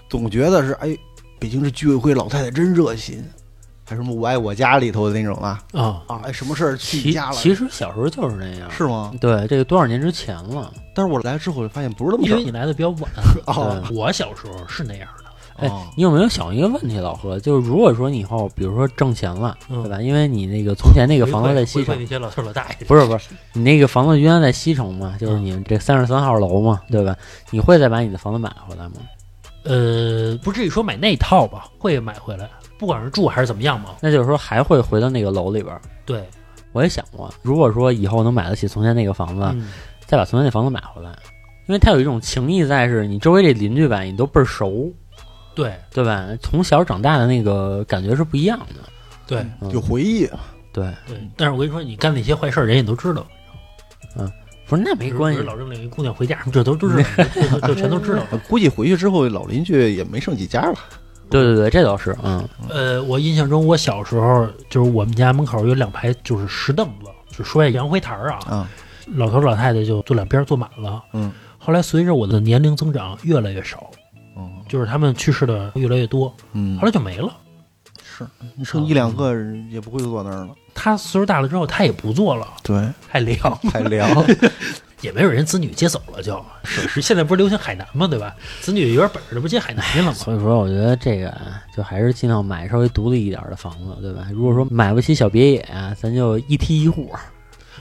Speaker 2: 总觉得是哎，北京这居委会老太太真热心，还什么我爱我家里头的那种啊
Speaker 1: 啊、
Speaker 2: 啊，哎，什么事儿
Speaker 3: <laughs>
Speaker 2: 去你
Speaker 3: <laughs> 其
Speaker 2: 家了
Speaker 3: 其实小时候就是那样。
Speaker 2: 是吗？
Speaker 3: 对，这个多少年之前了。
Speaker 2: 但是我来之后就发现不是那么
Speaker 1: 因为
Speaker 2: 事
Speaker 1: 你来的比较晚。
Speaker 2: 儿啊，
Speaker 3: 哦
Speaker 1: 我小时候是那样的，
Speaker 3: 哎
Speaker 2: 哦，
Speaker 3: 你有没有想一个问题，老何？就是如果说你以后，比如说挣钱了，
Speaker 1: 嗯
Speaker 3: 对吧？因为你那个从前那
Speaker 1: 这
Speaker 3: 个房子在西城，
Speaker 1: 那些老头老大爷，
Speaker 3: 不是不是，你那个房子原来在西城嘛，就是你们这三十三号楼嘛，对吧？你会再把你的房子买回来吗？
Speaker 1: 呃，不至于说买那套吧，会买回来，不管是住还是怎么样嘛。
Speaker 3: 那就是说还会回到那个楼里边儿。
Speaker 1: 对，
Speaker 3: 我也想过，如果说以后能买得起从前那个房子，
Speaker 1: 嗯，
Speaker 3: 再把从前那房子买回来，因为它有一种情谊在，是你周围这邻居吧，你都倍儿熟，
Speaker 1: 对
Speaker 3: 对吧？从小长大的那个感觉是不一样的。
Speaker 1: 对
Speaker 3: 嗯
Speaker 2: 有回忆，
Speaker 3: 对，
Speaker 1: 对。但是我跟你说，你干那些坏事儿，人也都知道。
Speaker 3: 不是那没关
Speaker 1: 比
Speaker 3: 系
Speaker 1: 如，老郑领一姑娘回家，这都知
Speaker 3: <laughs>
Speaker 1: 道，这这全都知道。
Speaker 2: 呃估计回去之后老邻居也没剩几家了。
Speaker 3: 对对对，这倒是，嗯
Speaker 1: 呃，我印象中，我小时候就是我们家门口有两排就是石凳子，就说呀洋灰台儿啊，
Speaker 2: 啊，
Speaker 1: 老头老太太就坐两边坐满了。
Speaker 2: 嗯
Speaker 1: 后来随着我的年龄增长，越来越少，
Speaker 2: 嗯
Speaker 1: 就是他们去世的越来越多，
Speaker 2: 嗯
Speaker 1: 后，来就没了。
Speaker 2: 是你剩一两个人也不会坐那儿了。
Speaker 1: 他岁数大了之后，他也不做了，
Speaker 2: 对，
Speaker 1: 太凉，
Speaker 2: 太 <laughs> 凉，
Speaker 1: <laughs> 也没有人子女接走了就，是是。现在不是流行海南嘛，对吧？子女有点本事，这不接海南去了吗？
Speaker 3: 所以说我觉得这个啊就还是尽量买稍微独立一点的房子，对吧？如果说买不起小别野啊，咱就一梯一户，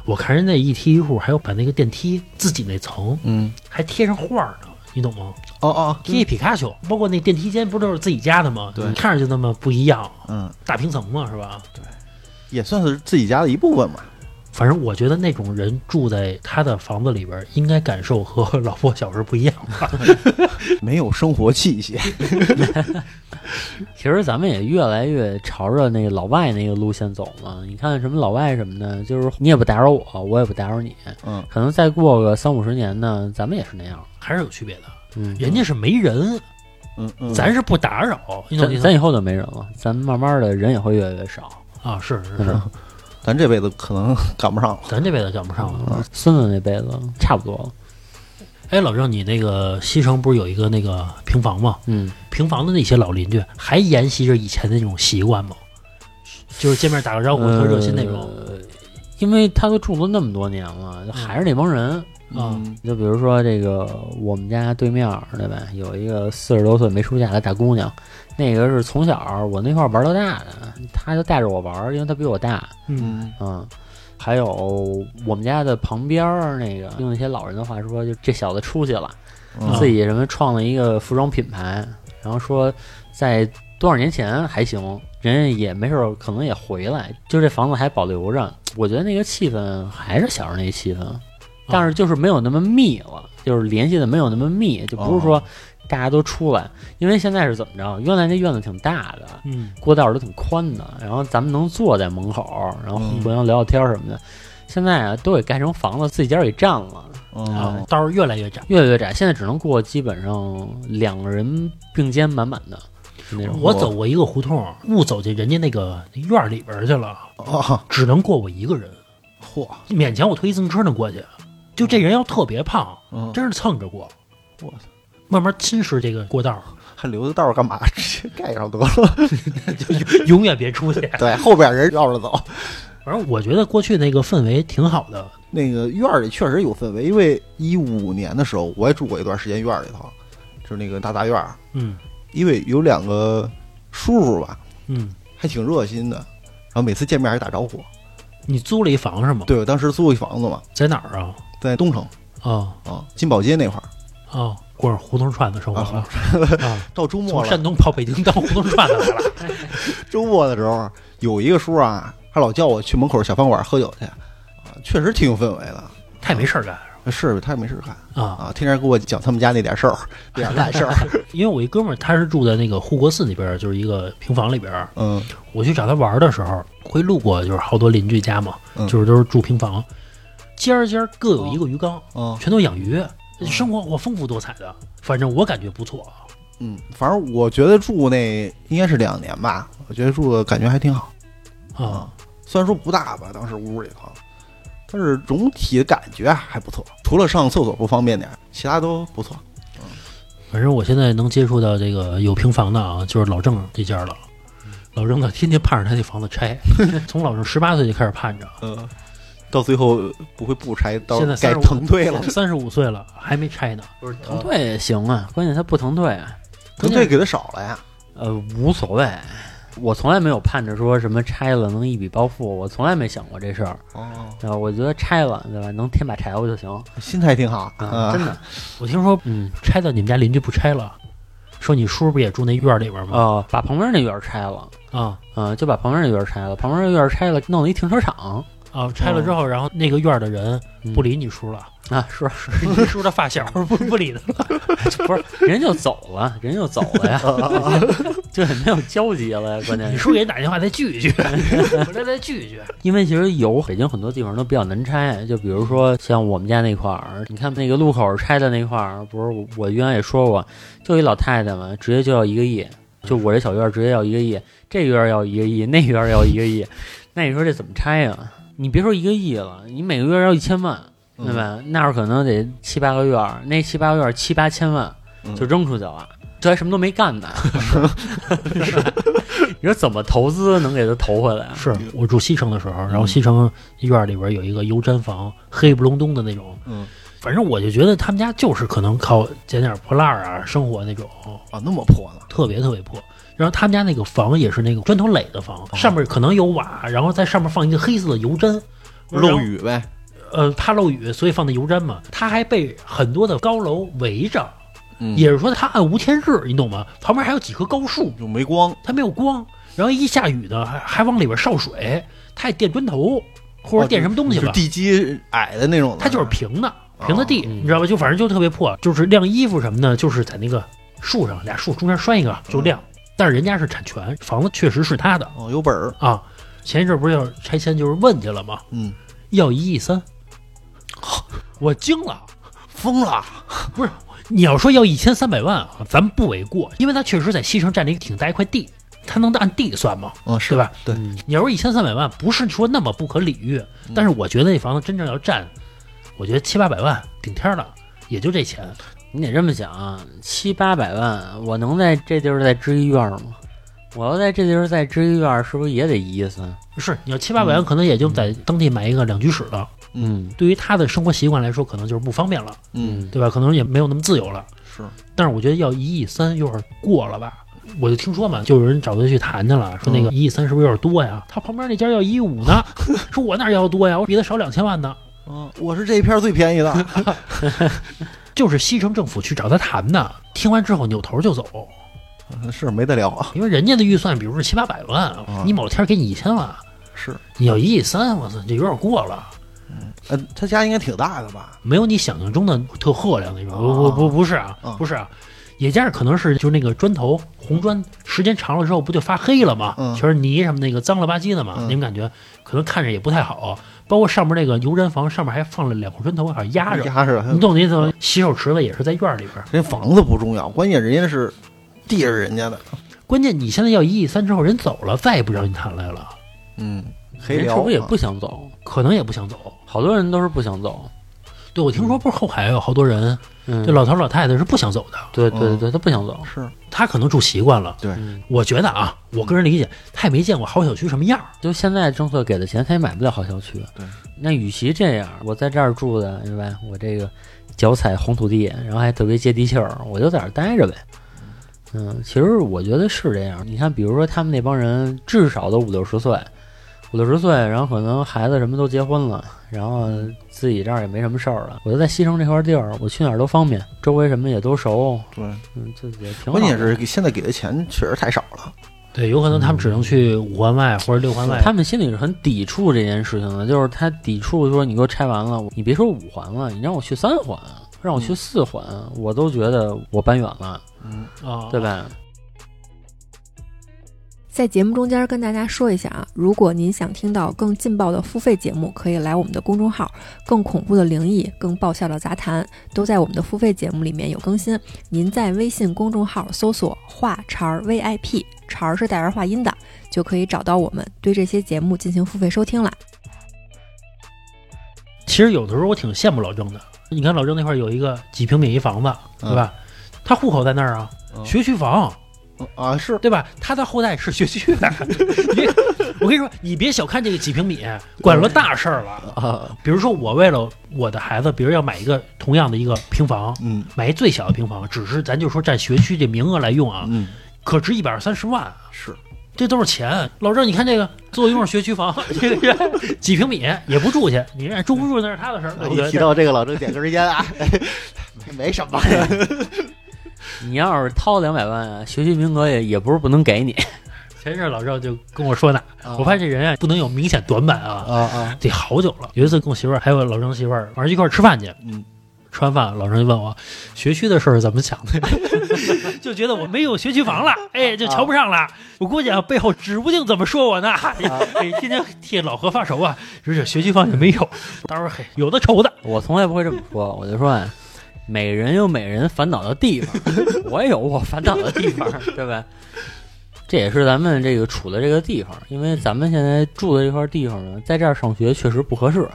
Speaker 1: 我看人家一梯一户，还有把那个电梯自己那层
Speaker 2: 嗯，
Speaker 1: 还贴上画儿呢，你懂吗？
Speaker 2: 哦哦，
Speaker 1: 贴一
Speaker 3: 嗯
Speaker 1: 皮卡丘，包括那电梯间不都是自己家的吗？
Speaker 2: 对
Speaker 1: 你看着就那么不一样，
Speaker 2: 嗯，
Speaker 1: 大平层嘛，是吧？
Speaker 2: 也算是自己家的一部分嘛。
Speaker 1: 反正我觉得那种人住在他的房子里边儿，应该感受和 <laughs> 老婆小时候不一样吧？
Speaker 2: <laughs> 没有生活气息，
Speaker 3: 其实咱们也越来越朝着那个老外那个路线走嘛。你看什么老外什么的，就是你也不打扰我，我也不打扰你。
Speaker 2: <laughs> 嗯，
Speaker 3: 可能再过个三五十年呢，咱们也是那样。
Speaker 1: 还是有区别的。
Speaker 3: 嗯，
Speaker 1: 人家是没人，
Speaker 2: 嗯嗯，
Speaker 1: 咱是不打扰，你懂我意思
Speaker 3: 咱咱以后就没人了，咱慢慢的人也会越来越少。
Speaker 1: 啊？是是是
Speaker 3: 嗯，
Speaker 2: 咱这辈子可能 <laughs> 赶不上了。
Speaker 1: 咱这辈子赶不上了。
Speaker 3: 嗯孙子那辈子差不多了。
Speaker 1: 哎，老郑，你那个西城不是有一个那个平房吗？
Speaker 3: 嗯，
Speaker 1: 平房的那些老邻居还沿袭着以前的那种习惯吗？就是见面
Speaker 3: 呃
Speaker 1: 打个招呼，特热心那种。
Speaker 3: 呃因为他都住了那么多年了，还是那帮人。
Speaker 1: 啊
Speaker 2: 嗯
Speaker 3: 就比如说这个我们家对面儿对吧，有一个四十多岁没出嫁的大姑娘，那个是从小我那块儿玩到大的，她就带着我玩儿，因为她比我大，
Speaker 1: 嗯
Speaker 2: 嗯
Speaker 3: 嗯。还有我们家的旁边儿那个，用一些老人的话说，就这小子出息了，
Speaker 2: 嗯
Speaker 1: 啊
Speaker 3: 自己什么创了一个服装品牌，然后说在多少年前还行，人家也没事儿，可能也回来，就这房子还保留着。我觉得那个气氛还是小时候那气氛，
Speaker 1: 啊
Speaker 3: 但是就是没有那么密了，就是联系的没有那么密，就不是说大家都出来，因为现在是怎么着？原来那院子挺大的，
Speaker 1: 嗯
Speaker 3: 过道儿都挺宽的，然后咱们能坐在门口儿，然后互相聊聊天儿什么的。现在啊，都给盖成房子，自己家儿给占了，
Speaker 1: 啊
Speaker 2: 嗯，
Speaker 1: 道儿越来越窄。
Speaker 3: 越来越窄，现在只能过基本上两个人并肩满满的那种。
Speaker 1: 我走过一个胡同，误走进人家那个那院儿里边儿去了，
Speaker 2: 啊，
Speaker 1: 只能过我一个人，
Speaker 2: 嚯，
Speaker 1: 勉强我推自行车能过去。就这人要特别胖，
Speaker 2: 嗯，
Speaker 1: 真是蹭着过。
Speaker 2: 我操
Speaker 1: 慢慢侵蚀这个过道儿，
Speaker 2: 还留着道儿干嘛？ <laughs> 直接盖上得了。
Speaker 1: 永 <laughs> 远别出去。
Speaker 2: 对，后边人绕着走。
Speaker 1: 反正我觉得过去那个氛围挺好的，
Speaker 2: 那个院儿里确实有氛围，因为一五年的时候我也住过一段时间院儿里头，就是那个大杂院儿，
Speaker 1: 嗯
Speaker 2: 因为有两个叔叔吧，
Speaker 1: 嗯。
Speaker 2: 还挺热心的，然后每次见面还打招呼。
Speaker 1: 你租了一房是吗？
Speaker 2: 对，我当时租一房子嘛，
Speaker 1: 在哪儿啊？
Speaker 2: 在东城
Speaker 1: 啊
Speaker 2: 啊，金宝街那块儿。
Speaker 1: 啊，过上胡同串子生活了
Speaker 2: <laughs>
Speaker 1: 啊！
Speaker 2: 到周末
Speaker 1: 从
Speaker 2: 了，
Speaker 1: 山东跑北京当胡同串子来了。 <laughs>
Speaker 2: 周末的时候有一个叔啊，还老叫我去门口小饭馆喝酒去，啊，确实挺有氛围的。
Speaker 1: 太没事儿干
Speaker 2: 是，他也没事干
Speaker 1: 啊！
Speaker 2: 啊，天天给我讲他们家那点事儿， <laughs> 那点烂
Speaker 1: <laughs>
Speaker 2: 事儿。
Speaker 1: 因为我一哥们儿，他是住在那个护国寺那边儿，就是一个平房里边儿。
Speaker 2: 嗯
Speaker 1: 我去找他玩儿的时候，会路过就是好多邻居家嘛，
Speaker 2: 嗯
Speaker 1: 就是都是住平房，尖儿尖儿各有一个鱼缸，嗯
Speaker 2: 嗯
Speaker 1: 全都养鱼，生活我丰富多彩的，反正我感觉不错。啊
Speaker 2: 嗯，反正我觉得住那应该是两年吧，我觉得住的感觉还挺好。
Speaker 1: 啊，
Speaker 2: 虽然说不大吧，当时屋里头，但是总体感觉还不错。除了上厕所不方便点儿，其他都不错。
Speaker 1: 反正我现在能接触到这个有平房的啊，就是老郑这家了。老郑呢，天天盼着他那房子拆， <laughs> 从老郑十八岁就开始盼 <laughs> 着，
Speaker 2: 嗯，到最后不会不拆，到
Speaker 1: 呃现在
Speaker 2: 该
Speaker 1: 35
Speaker 2: 腾退了。
Speaker 1: 三十嗯五岁了还没拆呢。
Speaker 3: 不是腾退也行啊，关键他不腾退啊，
Speaker 2: 腾退给的少了呀。
Speaker 3: 呃，无所谓。我从来没有盼着说什么拆了能一笔包付，我从来没想过这事儿，
Speaker 2: 哦，
Speaker 3: 对吧？我觉得拆了，对吧？能添把柴火就行
Speaker 2: 心态挺好嗯
Speaker 3: 啊，
Speaker 2: <laughs>
Speaker 3: 真。的。
Speaker 1: 我听说
Speaker 3: 嗯，
Speaker 1: 拆的你们家邻居不拆了，说你叔不也住那院儿里边吗？
Speaker 3: 哦，把旁边那院儿拆了，
Speaker 1: 啊
Speaker 3: 嗯、就把旁边那院儿拆了，旁边那院儿拆了，弄了一停车场。
Speaker 1: 啊，拆了之后，然后那个院儿的人
Speaker 3: 嗯
Speaker 1: 不理你叔了，
Speaker 3: 啊，是是，
Speaker 1: 你叔的发小 <laughs> 不不理他了。
Speaker 3: <laughs> 不是人就走了，人就走了
Speaker 2: 嗯
Speaker 3: 呀，就也没有交集了呀。关键
Speaker 1: 你
Speaker 3: 是，
Speaker 1: 叔给你打电话再聚一聚，回来再聚一聚。
Speaker 3: 因为其实有北京很多地方都比较难拆，就比如说像我们家那块儿，你看那个路口拆的那块儿，不是我我原来也说过，就一老太太嘛，直接就要一个亿，就我这小院儿直接要一个亿，这院儿要一个亿，那院儿要一个亿，那你说这怎么拆呀？你别说一个亿了，你每个月要一千万，
Speaker 2: 嗯
Speaker 1: <laughs>
Speaker 3: 对吧？那会儿可能得七八个月儿，那七八个月儿七八千万
Speaker 2: 嗯
Speaker 3: 就扔出去了，这还什么都没干 <laughs> 呢。你说怎么投资能给他投回来啊？
Speaker 1: <laughs> 是我住西城的时候，然后西城院儿里边有一个油毡房，黑不隆咚的那种。
Speaker 2: 嗯，
Speaker 1: 反正我就觉得他们家就是可能靠捡点破烂儿啊生活那种，
Speaker 2: 啊，那么破呢？
Speaker 1: 特别特别破。然后他们家那个房也是那个砖头垒的房，
Speaker 2: 哦
Speaker 1: 上面可能有瓦，然后在上面放一个黑色的油毡，
Speaker 2: 漏，雨呗。
Speaker 1: 呃，怕漏雨，所以放的油毡嘛。它还被很多的高楼围着，
Speaker 2: 嗯
Speaker 1: 也是说它按无天日，你懂吗？旁边还有几棵高树，
Speaker 2: 就没光。
Speaker 1: 它没有光，然后一下雨呢，还还往里边烧水，它也垫砖头或者垫什么东西
Speaker 2: 哦就
Speaker 1: 吧，
Speaker 2: 地基矮的那种的。
Speaker 1: 它就是平的
Speaker 2: 哦
Speaker 1: 平的地，
Speaker 3: 嗯
Speaker 1: 你知道吧？就反正就特别破，就是晾衣服什么的，就是在那个树上俩树中间拴一
Speaker 2: 嗯
Speaker 1: 个就晾，但是人家是产权，房子确实是他的
Speaker 2: 哦，有本儿。
Speaker 1: 啊。前一阵不是要拆迁，就是问去了吗？
Speaker 2: 嗯，
Speaker 1: 要一亿三， <laughs> 我惊了。
Speaker 2: 疯了。
Speaker 1: 你要说要一千三百万啊，咱们不为过，因为他确实在西城占了一个挺大一块地，他能按地算吗？
Speaker 2: 嗯，
Speaker 1: 对
Speaker 2: 是？
Speaker 1: 吧？
Speaker 2: 对
Speaker 3: 嗯
Speaker 1: 你要说一千三百万，不是说那么不可理喻，但是我觉得那房子真正要占，我觉得七八百万顶天儿了，也就这钱。
Speaker 3: 你得这么想啊，七八百万，我能在这地儿再支一院儿吗？我要在这地儿再支一院儿，是不是也得一亿三？
Speaker 1: 是你要七八百万，可能也就在当地买一个两居室了。
Speaker 2: 嗯
Speaker 1: 对于他的生活习惯来说，可能就是不方便了，
Speaker 2: 嗯，
Speaker 1: 对吧？可能也没有那么自由了。
Speaker 2: 是，
Speaker 1: 但是我觉得要一亿三有点过了吧？我就听说嘛，就有人找他去谈去了，说那个一亿三是不是有点多呀？他旁边那家要一亿五呢，说我哪要多呀？我比他少两千万呢。
Speaker 2: 嗯，我是这一片最便宜的，
Speaker 1: <laughs> 就是西城政府去找他谈的，听完之后扭头就走，
Speaker 2: 是没得聊啊，
Speaker 1: 因为人家的预算，比如说七八百万，
Speaker 2: 啊
Speaker 1: 你某天给你一千万，
Speaker 2: 是，
Speaker 1: 你要一亿三，我操，这有点过了，
Speaker 2: 呃，他家应该挺大的吧？
Speaker 1: 没有你想象中的特赫亮那种，不不不不是啊
Speaker 2: 啊，
Speaker 1: 不是啊，也加上可能是就是那个砖头红砖，时间长了之后不就发黑了吗？
Speaker 2: 嗯
Speaker 1: 全是泥什么那个脏了吧唧的嘛，
Speaker 2: 嗯
Speaker 1: 那种感觉可能看着也不太好，包括上面那个油毡房上面还放了两块砖头，好像压着。嗯
Speaker 2: 家是
Speaker 1: 你懂我的意思吗？洗手池子也是在院儿里边儿，
Speaker 2: 人房子不重要，关键人家是地是人家的，
Speaker 1: 关键你现在要一亿三之后人走了，再也不找你谈来了，
Speaker 2: 嗯，黑
Speaker 3: 人是
Speaker 2: 聊
Speaker 3: 不是也
Speaker 2: 啊
Speaker 3: 不想走？
Speaker 1: 可能也不想走。
Speaker 3: 好多人都是不想走。
Speaker 1: 对，我听说不是后海有好多人，
Speaker 3: 嗯，
Speaker 1: 这老头老太太是不想走的，
Speaker 3: 对对
Speaker 2: 嗯
Speaker 3: 对对，他不想走。
Speaker 2: 是
Speaker 1: 他可能住习惯了。
Speaker 2: 对
Speaker 3: 嗯
Speaker 1: 我觉得啊，我个人理解，他也没见过好小区什么样儿。
Speaker 3: 就现在政策给的钱，他也买不了好小区。
Speaker 2: 对，
Speaker 3: 那与其这样，我在这儿住的是吧？我这个脚踩红土地，然后还特别接地气儿，我就在这儿待着呗。嗯，其实我觉得是这样。你看，比如说他们那帮人，至少都五六十岁，五六十岁，然后可能孩子什么都结婚了，然后自己这儿也没什么事儿了。我就在西城这块地儿，我去哪儿都方便，周围什么也都熟，
Speaker 2: 对，
Speaker 3: 嗯，这也挺好的。
Speaker 2: 关键是给现在给的钱确实太少了，
Speaker 1: 对，有可能他们只能去五环外或者六环外。
Speaker 3: 他们心里是很抵触这件事情的，就是他抵触说你给我拆完了，你别说五环了，你让我去三环，让我去四环，我都觉得我搬远了，
Speaker 2: 嗯，
Speaker 1: 啊，
Speaker 3: 对吧？
Speaker 4: 在节目中间跟大家说一下啊，如果您想听到更劲爆的付费节目，可以来我们的公众号“更恐怖的灵异”、“更爆笑的杂谈”，都在我们的付费节目里面有更新。您在微信公众号搜索“话茬儿 VIP”，茬儿是带儿化音的，就可以找到我们，对这些节目进行付费收听了。
Speaker 1: 其实有的时候我挺羡慕老郑的。你看老郑那块儿有一个几平米一房子，对吧？他户口在那儿啊，
Speaker 2: 嗯
Speaker 1: 学区房，
Speaker 2: 嗯啊是，
Speaker 1: 对吧？他的后代是学区
Speaker 2: <laughs>
Speaker 1: 的。你我跟你说，你别小看这个几平米，管了大事儿了。
Speaker 2: 啊，
Speaker 1: 比如说，我为了我的孩子，比如要买一个同样的一个平房，
Speaker 2: 嗯
Speaker 1: 买一最小的平房，只是咱就说占学区这名额来用啊，
Speaker 2: 嗯
Speaker 1: 可值一百三十万，
Speaker 2: 是，
Speaker 1: 这
Speaker 2: 这
Speaker 1: 都是钱。老郑，你看这个坐拥是学区
Speaker 2: <laughs>
Speaker 1: 房，这个几平米也不住去，你让住不住那是他的事儿，对不对？
Speaker 2: 啊提到这个老郑点根烟啊， <laughs> 没没什么，
Speaker 3: 你要是掏两百万啊，学习名额也也不是不能给你。
Speaker 1: 前一阵老郑就跟我说呢，
Speaker 3: <laughs>
Speaker 1: 我发现这人啊不能有明显短板啊，
Speaker 2: 啊啊，
Speaker 1: 得好久了。有一次跟我媳妇儿还有老郑媳妇儿晚上一块儿吃饭去，
Speaker 2: 嗯，
Speaker 1: 吃完饭老郑就问我学区的事儿怎么想的， <laughs> 就觉得我没有学区房了，
Speaker 2: 啊
Speaker 1: 哎，就瞧不上了。我估计啊背后指不定怎么说我呢，
Speaker 2: 啊
Speaker 1: <laughs> 哎，天天替老何发愁啊，就是学区房也没有，到时候嘿有的愁的。
Speaker 3: 我从来不会这么说，我就说啊，每人有每人烦恼的地方， <laughs> 我也有我烦恼的地方，对吧？这也是咱们这个处的这个地方，因为咱们现在住的这块地方呢，在这儿上学确实不合适，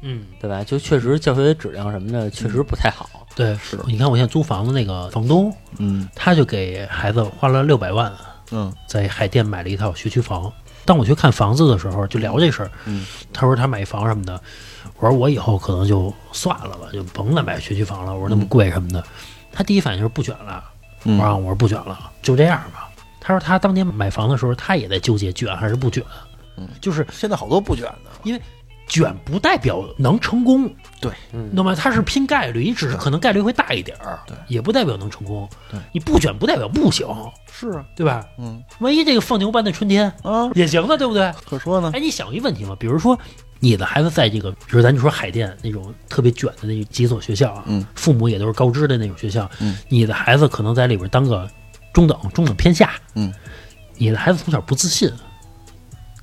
Speaker 1: 嗯，
Speaker 3: 对吧？就确实教学质量什么的确实不太好。
Speaker 1: 对，
Speaker 2: 是
Speaker 1: 你看我现在租房子那个房东，
Speaker 2: 嗯
Speaker 1: 他就给孩子花了六百万，
Speaker 2: 嗯
Speaker 1: 在海淀买了一套学区房。当我去看房子的时候，就聊这事儿。
Speaker 2: 嗯，
Speaker 1: 他说他买房什么的，我说我以后可能就算了吧，就甭再买学区房了。我说那么贵什么的，他第一反应就是不卷了。我说
Speaker 2: 嗯
Speaker 1: 啊我说不卷了，就这样吧。他说他当年买房的时候，他也在纠结卷还是不卷。
Speaker 2: 嗯，
Speaker 1: 就是
Speaker 2: 现在好多不卷的，
Speaker 1: 卷不代表能成功，
Speaker 3: 嗯
Speaker 1: 那么它是拼概率，你只是可能概率会大一点儿，
Speaker 2: 对
Speaker 1: 也不代表能成功。
Speaker 2: 对，
Speaker 1: 你不卷不代表不行，
Speaker 2: 是啊，
Speaker 1: 对吧？
Speaker 2: 嗯
Speaker 1: 万一这个放牛班的春
Speaker 2: <laughs>
Speaker 1: 天
Speaker 2: 啊，
Speaker 1: 也行的，对不对？
Speaker 2: 可说呢，
Speaker 1: 哎，你想一问题嘛，比如说你的孩子在这个，比如咱就说海淀那种特别卷的那几所学校啊，
Speaker 2: 嗯
Speaker 1: 父母也都是高知的那种学校，
Speaker 2: 嗯
Speaker 1: 你的孩子可能在里边当个中等、中等偏下，
Speaker 2: 嗯，
Speaker 1: 你的孩子从小不自信，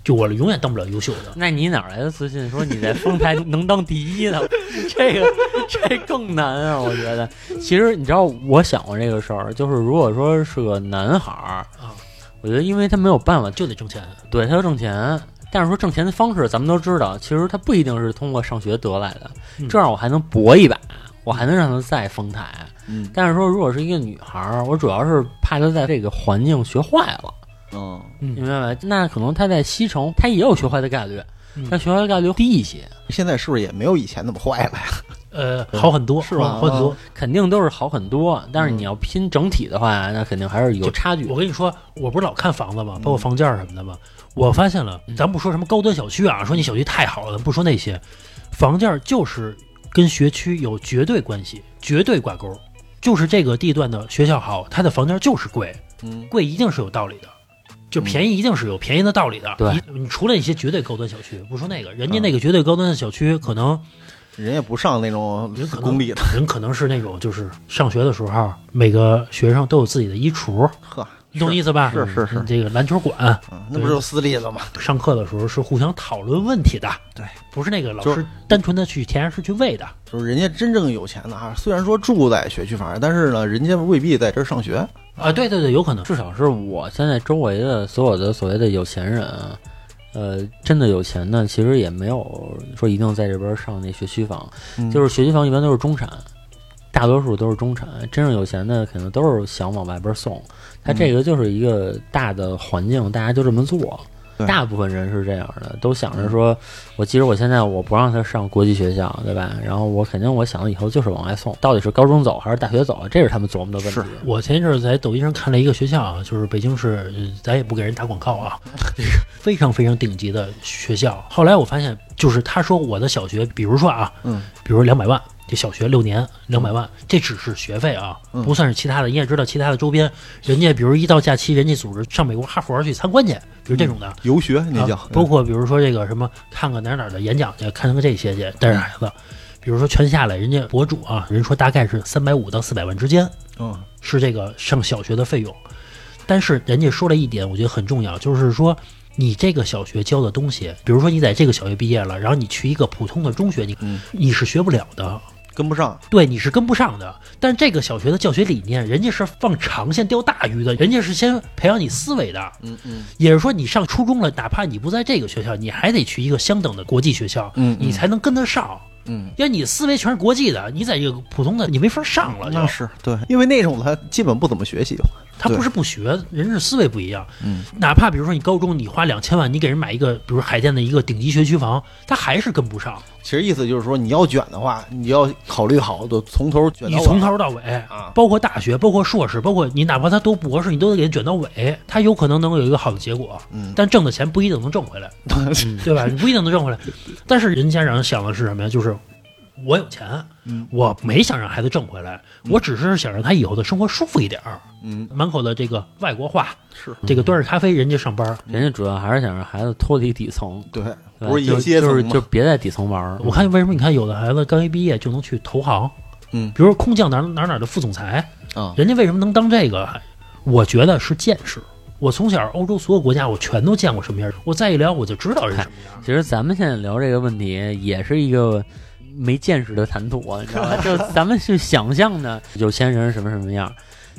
Speaker 1: 就我永远当不了优秀的。
Speaker 3: 那你哪来的自信说你在丰台能当第一呢？ <laughs> 这个这更难啊！我觉得，其实你知道，我想过这个事儿，就是如果说是个男孩儿
Speaker 1: 啊，
Speaker 3: 我觉得因为他没有办法，
Speaker 1: 就得挣钱，
Speaker 3: 对他要挣钱，但是说挣钱的方式咱们都知道，其实他不一定是通过上学得来的，
Speaker 1: 嗯
Speaker 3: 这样我还能搏一把，我还能让他再丰台。
Speaker 2: 嗯
Speaker 3: 但是说如果是一个女孩儿，我主要是怕她在这个环境学坏了。
Speaker 2: 嗯
Speaker 3: 你明白吧？那可能他在西城，他也有学坏的概率，
Speaker 1: 嗯
Speaker 3: 它学坏概率低一些，
Speaker 2: 现在是不是也没有以前那么坏了呀？
Speaker 1: 呃，好很多，
Speaker 2: 是吧
Speaker 1: 好很多。
Speaker 3: 肯定都是好很多。但是
Speaker 2: 嗯
Speaker 3: 你要拼整体的话，那肯定还是有差距
Speaker 1: 我。跟你说，我不是老看房子嘛，包括房价什么的嘛，我发现了，咱不说什么高端小区啊，说你小区太好了，咱不说那些，房价就是跟学区有绝对关系，绝对挂钩，就是这个地段的学校好，它的房价就是贵，
Speaker 2: 嗯，
Speaker 1: 贵一定是有道理的。就便宜一定是有便宜的道理的，
Speaker 3: 对
Speaker 1: 你你除了一些绝对高端小区，不说那个，人家那个绝对高端的小区，可能
Speaker 2: 人也不上那种
Speaker 1: 人可能
Speaker 2: 公立的，
Speaker 1: 人可能是那种就是上学的时候，啊每个学生都有自己的衣橱，
Speaker 2: 呵，
Speaker 1: 你懂意思吧？
Speaker 2: 是是是
Speaker 1: 嗯这个篮球馆
Speaker 2: 嗯那不就私立的吗？
Speaker 1: 上课的时候是互相讨论问题的，
Speaker 2: 对，
Speaker 1: 不是那个老
Speaker 2: 就
Speaker 1: 师单纯的去填上是去喂的。
Speaker 2: 就是人家真正有钱的啊，虽然说住在学区房，但是呢，人家未必在这儿上学。
Speaker 1: 啊，对对对，有可能。
Speaker 3: 至少是我现在周围的所有的所谓的有钱人啊，呃，真的有钱的，其实也没有说一定在这边上那学区房，
Speaker 2: 嗯
Speaker 3: 就是学区房一般都是中产，大多数都是中产，真正有钱的可能都是想往外边送，他这个就是一个大的环境，大家就这么做。
Speaker 2: 对
Speaker 3: 大部分人是这样的，都想着说，我即使我现在我不让他上国际学校，对吧？然后我肯定我想的以后就是往外送，到底是高中走还是大学走，这是他们琢磨的问题
Speaker 2: 是。
Speaker 1: 我前一阵儿在抖音上看了一个学校啊，就是北京市，呃咱也不给人打广告啊， <laughs> 这个非常非常顶级的学校。后来我发现，就是他说我的小学，比如说啊，
Speaker 2: 嗯，
Speaker 1: 比如两百万，这小学六年两百万，这只是学费啊，
Speaker 2: 嗯
Speaker 1: 不算是其他的。你也知道，其他的周边，人家比如一到假期，人家组织上美国哈佛去参观去，比如这种的。
Speaker 2: 游学那叫
Speaker 1: 啊，包括比如说这个什么，看看哪儿哪儿的演讲去，看看这些去，带着孩子。比如说全下来，人家博主啊，人说大概是三百五到四百万之间，
Speaker 2: 嗯
Speaker 1: 是这个上小学的费用。但是人家说了一点，我觉得很重要，就是说你这个小学教的东西，比如说你在这个小学毕业了，然后你去一个普通的中学，你
Speaker 2: 嗯，
Speaker 1: 你是学不了的，
Speaker 2: 跟不上，
Speaker 1: 对，你是跟不上的。但这个小学的教学理念，人家是放长线钓大鱼的，人家是先培养你思维的。
Speaker 2: 嗯嗯
Speaker 1: 也是说，你上初中了，哪怕你不在这个学校，你还得去一个相等的国际学校，
Speaker 2: 嗯
Speaker 1: 你才能跟得上。
Speaker 2: 嗯。
Speaker 1: 因为你思维全是国际的，你在这个普通的你没法上了就。
Speaker 2: 那是对，因为那种他基本不怎么学习，
Speaker 1: 他
Speaker 2: 对
Speaker 1: 不是不学，人是思维不一样。
Speaker 2: 嗯，
Speaker 1: 哪怕比如说你高中你花两千万，你给人买一个，比如海淀的一个顶级学区房，他还是跟不上。
Speaker 2: 其实意思就是说，你要卷的话，你要考虑好的，从头卷
Speaker 1: 你
Speaker 2: 到尾
Speaker 1: 从头到尾
Speaker 2: 啊
Speaker 1: 包括大学，包括硕士，包括你哪怕他读博士，你都得给他卷到尾，他有可能能有一个好的结果。
Speaker 2: 嗯
Speaker 1: 但挣的钱不一定能挣
Speaker 2: <laughs>
Speaker 1: 回来，嗯对吧？你不一定能挣回来。但是人家让人想的是什么呀？就是我有钱，
Speaker 2: 嗯
Speaker 1: 我没想让孩子挣回来，我只是想让他以后的生活舒服一点儿。
Speaker 2: 嗯
Speaker 1: 满口的这个外国话，
Speaker 2: 是嗯
Speaker 1: 这个端着咖啡人家上班儿。
Speaker 3: 人家主要还是想让孩子脱离底层，
Speaker 2: 对，
Speaker 3: 对
Speaker 2: 不是
Speaker 3: 就
Speaker 2: 一阶
Speaker 3: 就是
Speaker 2: 层
Speaker 3: 就
Speaker 2: 吗？
Speaker 3: 别在底层玩儿。
Speaker 1: 我看为什么你看有的孩子刚一毕业就能去投行，
Speaker 2: 嗯
Speaker 1: 比如空降哪哪哪的副总裁，
Speaker 2: 啊，
Speaker 1: 人家为什么能当这个？我觉得是见识。我从小欧洲所有国家我全都见过什么样，我再一聊我就知道是什么样。
Speaker 3: 其实咱们现在聊这个问题，也是一个没见识的谈吐啊，你知道
Speaker 2: <laughs>
Speaker 3: 吧？就是咱们去想象的有钱人是什么什么样，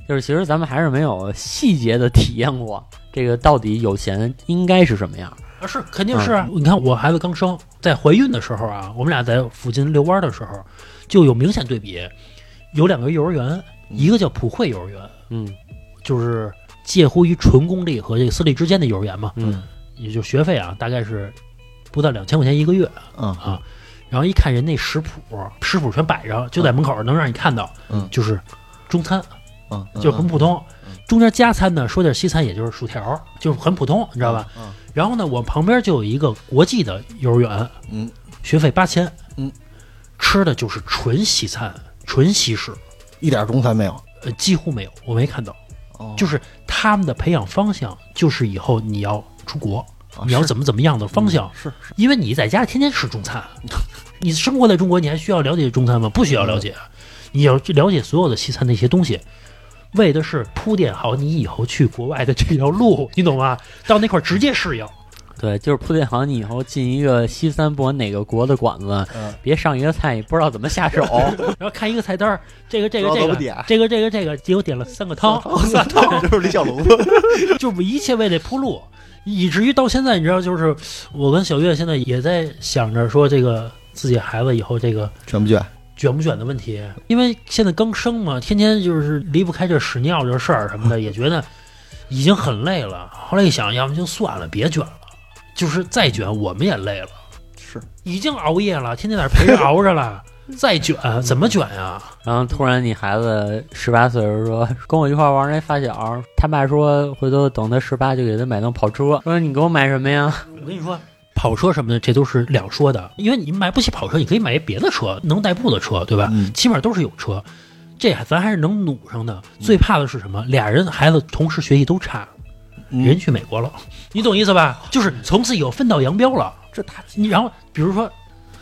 Speaker 3: 就是其实咱们还是没有细节的体验过这个到底有钱应该是什么样。
Speaker 1: 啊，是肯定是啊！
Speaker 2: 嗯
Speaker 1: 你看我孩子刚生，在怀孕的时候啊，我们俩在附近遛弯的时候，就有明显对比，有两个幼儿
Speaker 2: 嗯
Speaker 1: 园，一个叫普惠幼儿园，
Speaker 3: 嗯
Speaker 1: 就是介乎于纯公立和这个私立之间的幼儿园嘛，
Speaker 3: 嗯，
Speaker 1: 也就学费啊，大概是不到两千块钱一个月。
Speaker 2: 嗯
Speaker 1: 然后一看人那食谱，食谱全摆着，就在门口能让你看到，
Speaker 2: 嗯
Speaker 1: 就是中餐，
Speaker 2: 嗯，
Speaker 1: 就很普通。
Speaker 2: 嗯
Speaker 1: 中间加餐呢，说点西餐，也就是薯条，就是很普通，你知
Speaker 2: 知
Speaker 1: 道吧？？
Speaker 2: 嗯
Speaker 1: 然后呢，我旁边就有一个国际的幼儿园，
Speaker 2: 嗯
Speaker 1: 学费八千，
Speaker 2: 嗯，
Speaker 1: 吃的就是纯西餐、纯西式，
Speaker 2: 一点中餐没有，
Speaker 1: 呃，几乎没有，我没看到。
Speaker 2: 哦
Speaker 1: 就是他们的培养方向，就是以后你要出国，
Speaker 2: 啊
Speaker 1: 你要
Speaker 2: 是嗯
Speaker 1: 怎么怎么样的方向，
Speaker 2: 是是，
Speaker 1: 因为你在家天天吃中餐， <laughs> 你生活在中国，你还需要了解中餐吗？不需要了解，
Speaker 2: 嗯
Speaker 1: 你要去了解所有的西餐那些东西，为的是铺垫好你以后去国外的这条路，你懂
Speaker 2: <laughs>
Speaker 1: 吗？到那块儿直接适应。
Speaker 3: 对，就是铺垫好你以后进一个西餐，不管哪个国的馆子，
Speaker 2: 嗯 <laughs>
Speaker 3: 别上一个菜你不知道怎么下手。
Speaker 1: 然后看一个菜单儿，这个这个
Speaker 2: 不知
Speaker 1: 这
Speaker 2: 道怎么
Speaker 1: 个
Speaker 2: 点
Speaker 1: 这个这个这个，结果点了三个汤，三个汤，
Speaker 2: 就是李小龙的，
Speaker 1: <laughs> 就是一切为了铺路，以至于到现在，你知道，就是我跟小月现在也在想着说，这个自己孩子以后这个
Speaker 2: 卷不卷？
Speaker 1: 卷不卷的问题，因为现在刚生嘛，天天就是离不开这屎尿这事儿什 <laughs> 么的，也觉得已经很累了。后来一想，要么就算了，别卷了，就是再卷我们也累了。
Speaker 2: 是
Speaker 1: 已经熬夜了，天天在那陪着熬着 <laughs> 了，再卷怎么卷啊呀？
Speaker 3: 然后突然你孩子十发岁时候说跟我一块儿玩那发小，他爸说回头等他十八就给他买辆跑车，说你给我买什么呀？ <laughs>
Speaker 1: 我跟你说，跑车什么的，这都是两说的，因为你买不起跑车，你可以买一别的车，能代步的车，对吧？
Speaker 2: 嗯
Speaker 1: 起码都是有车，这还咱还是能努上的。最怕的是什么？俩人孩子同时学习都差，
Speaker 2: 嗯
Speaker 1: 人去美国了，你懂意思吧？就是从此以后分道扬镳了。
Speaker 2: 这大姐
Speaker 1: 你然后比如说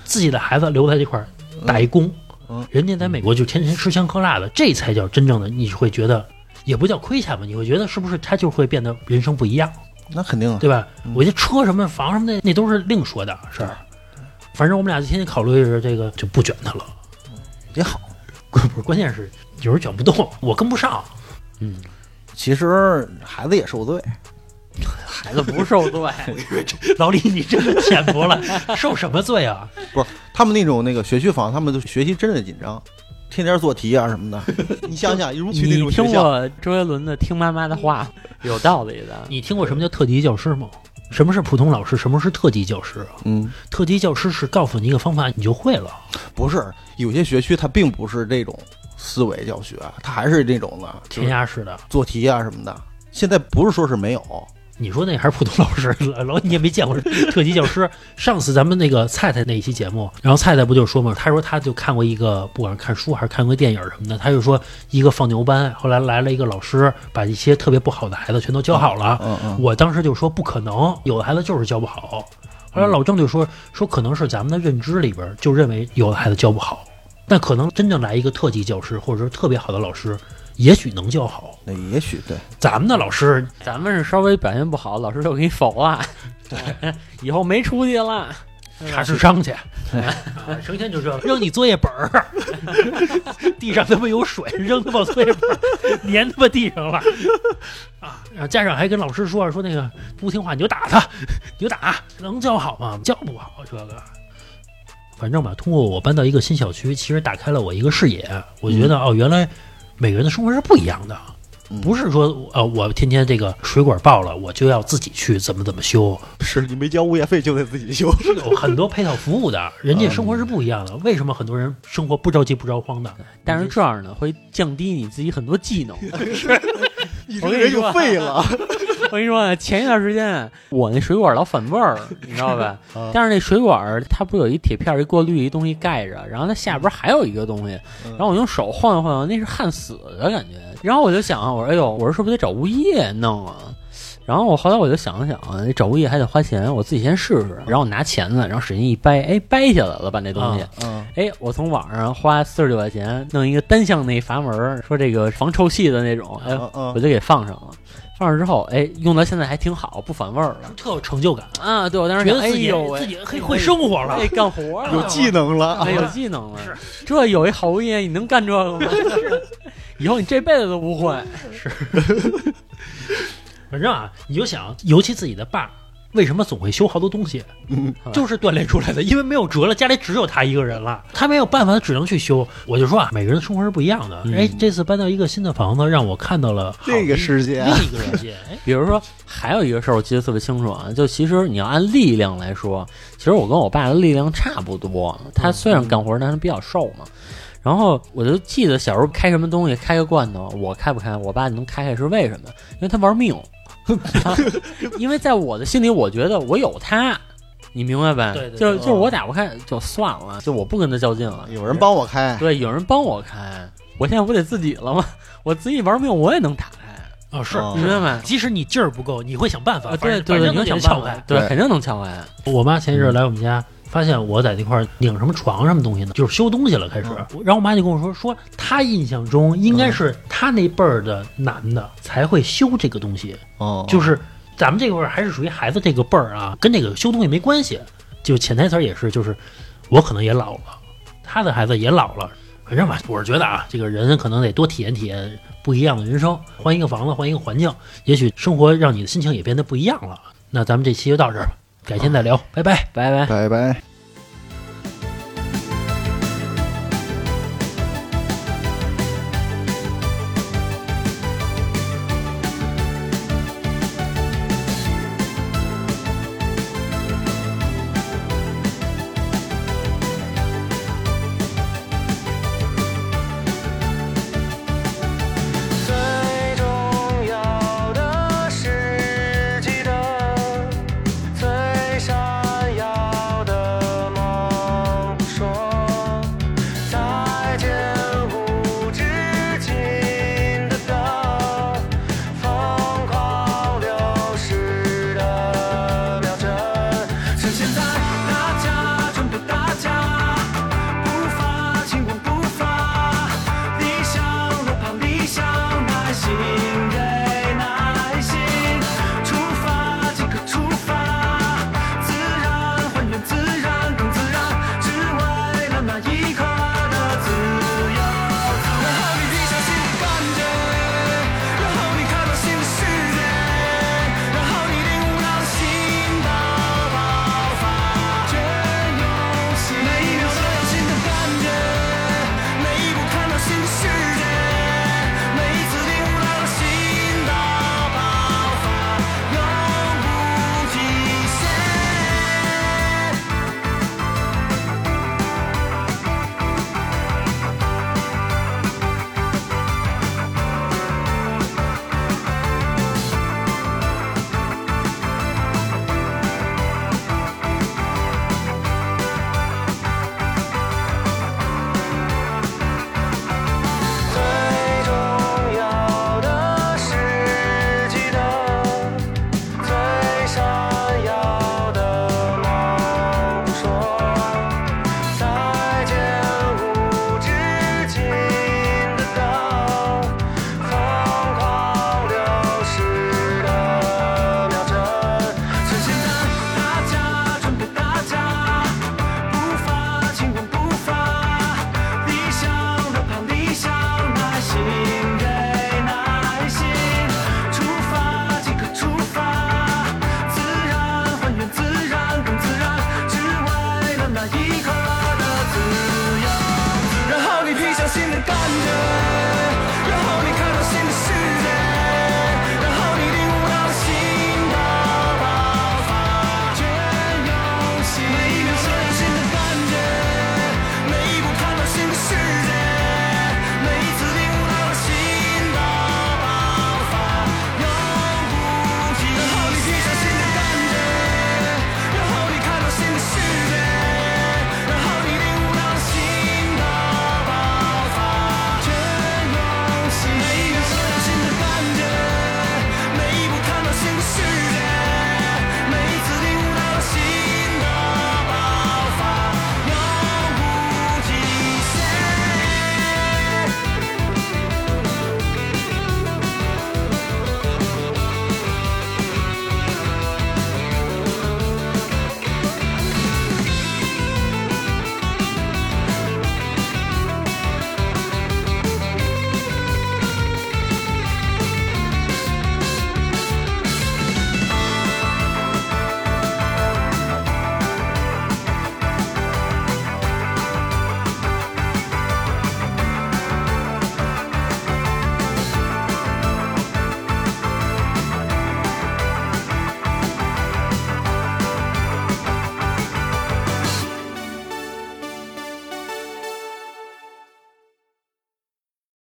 Speaker 1: 自己的孩子留在这块儿打一工，
Speaker 2: 嗯
Speaker 1: 人家在美国就天天吃香喝辣的，这才叫真正的你会觉得。也不叫亏欠吧，你会觉得是不是他就会变得人生不一样，
Speaker 2: 那肯定啊，
Speaker 1: 对吧？我觉得车什么房什么的，那都是另说的事儿。反正我们俩就天天考虑着这个，就不卷他了。
Speaker 2: 也好。
Speaker 1: 不是，关键是有时候卷不动，我跟不 <laughs> 上。
Speaker 2: 其实孩子也受罪，
Speaker 3: 孩子不受
Speaker 2: <laughs>
Speaker 3: 罪，
Speaker 1: 老李，你真的浅薄了， <laughs> 受什么罪啊？
Speaker 2: 他们那种那个学区房，他们的学习真的紧 <laughs> 张，天天做题啊什 <laughs> 么的。你想想，如去那
Speaker 3: 你
Speaker 2: 种
Speaker 3: 听
Speaker 2: 学校，
Speaker 3: 过周杰伦的《听妈妈的话》，有道理的。
Speaker 1: 你听过什么叫特级教师吗？什么是普通老师？什么是特级教师啊？
Speaker 2: 嗯，
Speaker 1: 特级教师是告诉你一个方法，你就会了。
Speaker 2: 不是有些学区它并不是这种思维教学，啊它还是这种的，就
Speaker 1: 填
Speaker 2: 是
Speaker 1: 鸭式的，
Speaker 2: 做题啊什么的。现在不是说是没有，
Speaker 1: 你说那还是普通老师，老你也没见过特级教师。上次咱们那个菜菜那一期节目，然后菜菜不就说嘛，她说她就看过一个，不管是看书还是看过电影什么的，她就说一个放牛班，后来来了一个老师，把一些特别不好的孩子全都教好了，
Speaker 2: 嗯嗯，
Speaker 1: 我当时就说不可能，有的孩子就是教不好。后来老郑就说说可能是咱们的认知里边儿就认为有的孩子教不好，但可能真正来一个特级教师或者说特别好的老师，也许能教好。
Speaker 2: 那也许对，
Speaker 1: 咱们的老师
Speaker 3: 咱们是稍微表现不好，老师就给你否了， <laughs> 以后没出息了。
Speaker 1: 查智商去， <laughs> 啊成天就这扔你作业本儿， <laughs> 地上他妈有水，扔他妈作业本儿，粘他妈地上了啊！然后家长还跟老师说说那个不听话你就打他， <laughs> 你就打，能教好吗？教不好这个。反正吧，通过我搬到一个新小区，其实打开了我一个视野。我觉得、哦，原来每个人的生活是不一样的，
Speaker 2: 嗯
Speaker 1: 不是说呃，我天天这个水管爆了，我就要自己去怎么怎么修，
Speaker 2: 是你没交物业费就得自己 <laughs> 修。
Speaker 1: 是有很多配套服务的，人家生活是不一样的。为什么很多人生活不着急不着慌的？
Speaker 3: 但是这样呢，会降低你自己很多技能。
Speaker 2: 你
Speaker 3: 这人就废
Speaker 2: 了。
Speaker 3: 我跟你说啊，前一段时间我那水管老反味儿，你知道吧？但是那水管儿它不有一铁片儿、一过滤、一东西盖着，然后它下边儿还有一个东西，然后我用手晃悠晃悠，那是焊死的感觉。然后我就想啊，我说哎呦，我说是不是得找物业弄啊？然后我后来我就想了想啊，那找物业还得花钱，我自己先试试。然后我拿钳子，然后使劲一掰，哎，掰下来了，把那东西。
Speaker 1: 啊
Speaker 2: 嗯，
Speaker 3: 哎，我从网上花四十九块钱弄一个单向那阀门儿，说这个防臭气的那种，哎，
Speaker 2: 嗯嗯
Speaker 3: 我就给放上了。放上之后，哎，用到现在还挺好，不反味儿了
Speaker 1: 特有成就感，
Speaker 3: 啊！对我当时
Speaker 1: 觉
Speaker 3: 想，
Speaker 1: 得
Speaker 3: 哎
Speaker 1: 自己、
Speaker 3: 呦喂，
Speaker 1: 自己嘿会生活了
Speaker 3: 哎，。干活
Speaker 2: <laughs>
Speaker 3: 了，
Speaker 2: 有技能了
Speaker 3: 哎，。有技能了。这有一好物业，你能干这个吗？ <laughs> 以后你这辈子都不会。
Speaker 1: 反正啊，你就想，尤其自己的爸。为什么总会修好多东西？
Speaker 2: 嗯
Speaker 1: 就是锻炼出来的，因为没有辙了，家里只有他一个人了，他没有办法，只能去修。我就说啊，每个人的生活是不一样的。
Speaker 3: 嗯
Speaker 1: 哎，这次搬到一个新的房子，让我看到了好
Speaker 2: 这个世界
Speaker 1: 另一个世界。哎，
Speaker 3: 比如说，还有一个事儿我记得特别清楚啊，就其实你要按力量来说，其实我跟我爸的力量差不多。他虽然干活，但是比较瘦嘛。然后我就记得小时候开什么东西，开个罐头，我开不开，我爸能开开是为什么？因为他玩
Speaker 1: <laughs>
Speaker 3: 命。他因为在我的心里，我觉得我有他，你明白呗？
Speaker 1: 对对对哦
Speaker 3: 就是就是
Speaker 2: 嗯
Speaker 3: 我打不开就算了，就我不跟他较劲了。
Speaker 2: 有人帮我开，
Speaker 3: 对，有人帮我开，我现在不得自己了吗？我自己玩命，我也能打开，
Speaker 1: 哦，是，
Speaker 2: 哦
Speaker 3: 你明白吗？
Speaker 1: 即使你劲儿不够，你会想办法。
Speaker 3: 啊，
Speaker 1: 反
Speaker 3: 对
Speaker 1: 正
Speaker 3: 对
Speaker 1: 反
Speaker 3: 对，
Speaker 1: 正
Speaker 3: 你
Speaker 1: 能
Speaker 3: 要
Speaker 1: 给
Speaker 3: 想
Speaker 1: 撬
Speaker 3: 办
Speaker 1: 开
Speaker 3: 法，。对，
Speaker 2: 对
Speaker 3: 肯定能撬开。
Speaker 1: 我妈前一阵来我们家，发现我在那块儿拧什么床什么东西呢，就是修东西了，开始。然后我妈就跟我说，说她印象中应该是她那辈儿的男的才会修这个东西，
Speaker 2: 哦，
Speaker 1: 就是咱们这辈儿还是属于孩子这个辈儿啊，跟这个修东西没关系。就潜台词儿也是，就是我可能也老了，他的孩子也老了。反正吧，我是觉得啊，这个人可能得多体验体验不一样的人生，换一个房子，换一个环境，也许生活让你的心情也变得不一样了。那咱们这期就到这儿吧，改天再聊，拜拜。
Speaker 3: 拜拜。
Speaker 2: 拜拜。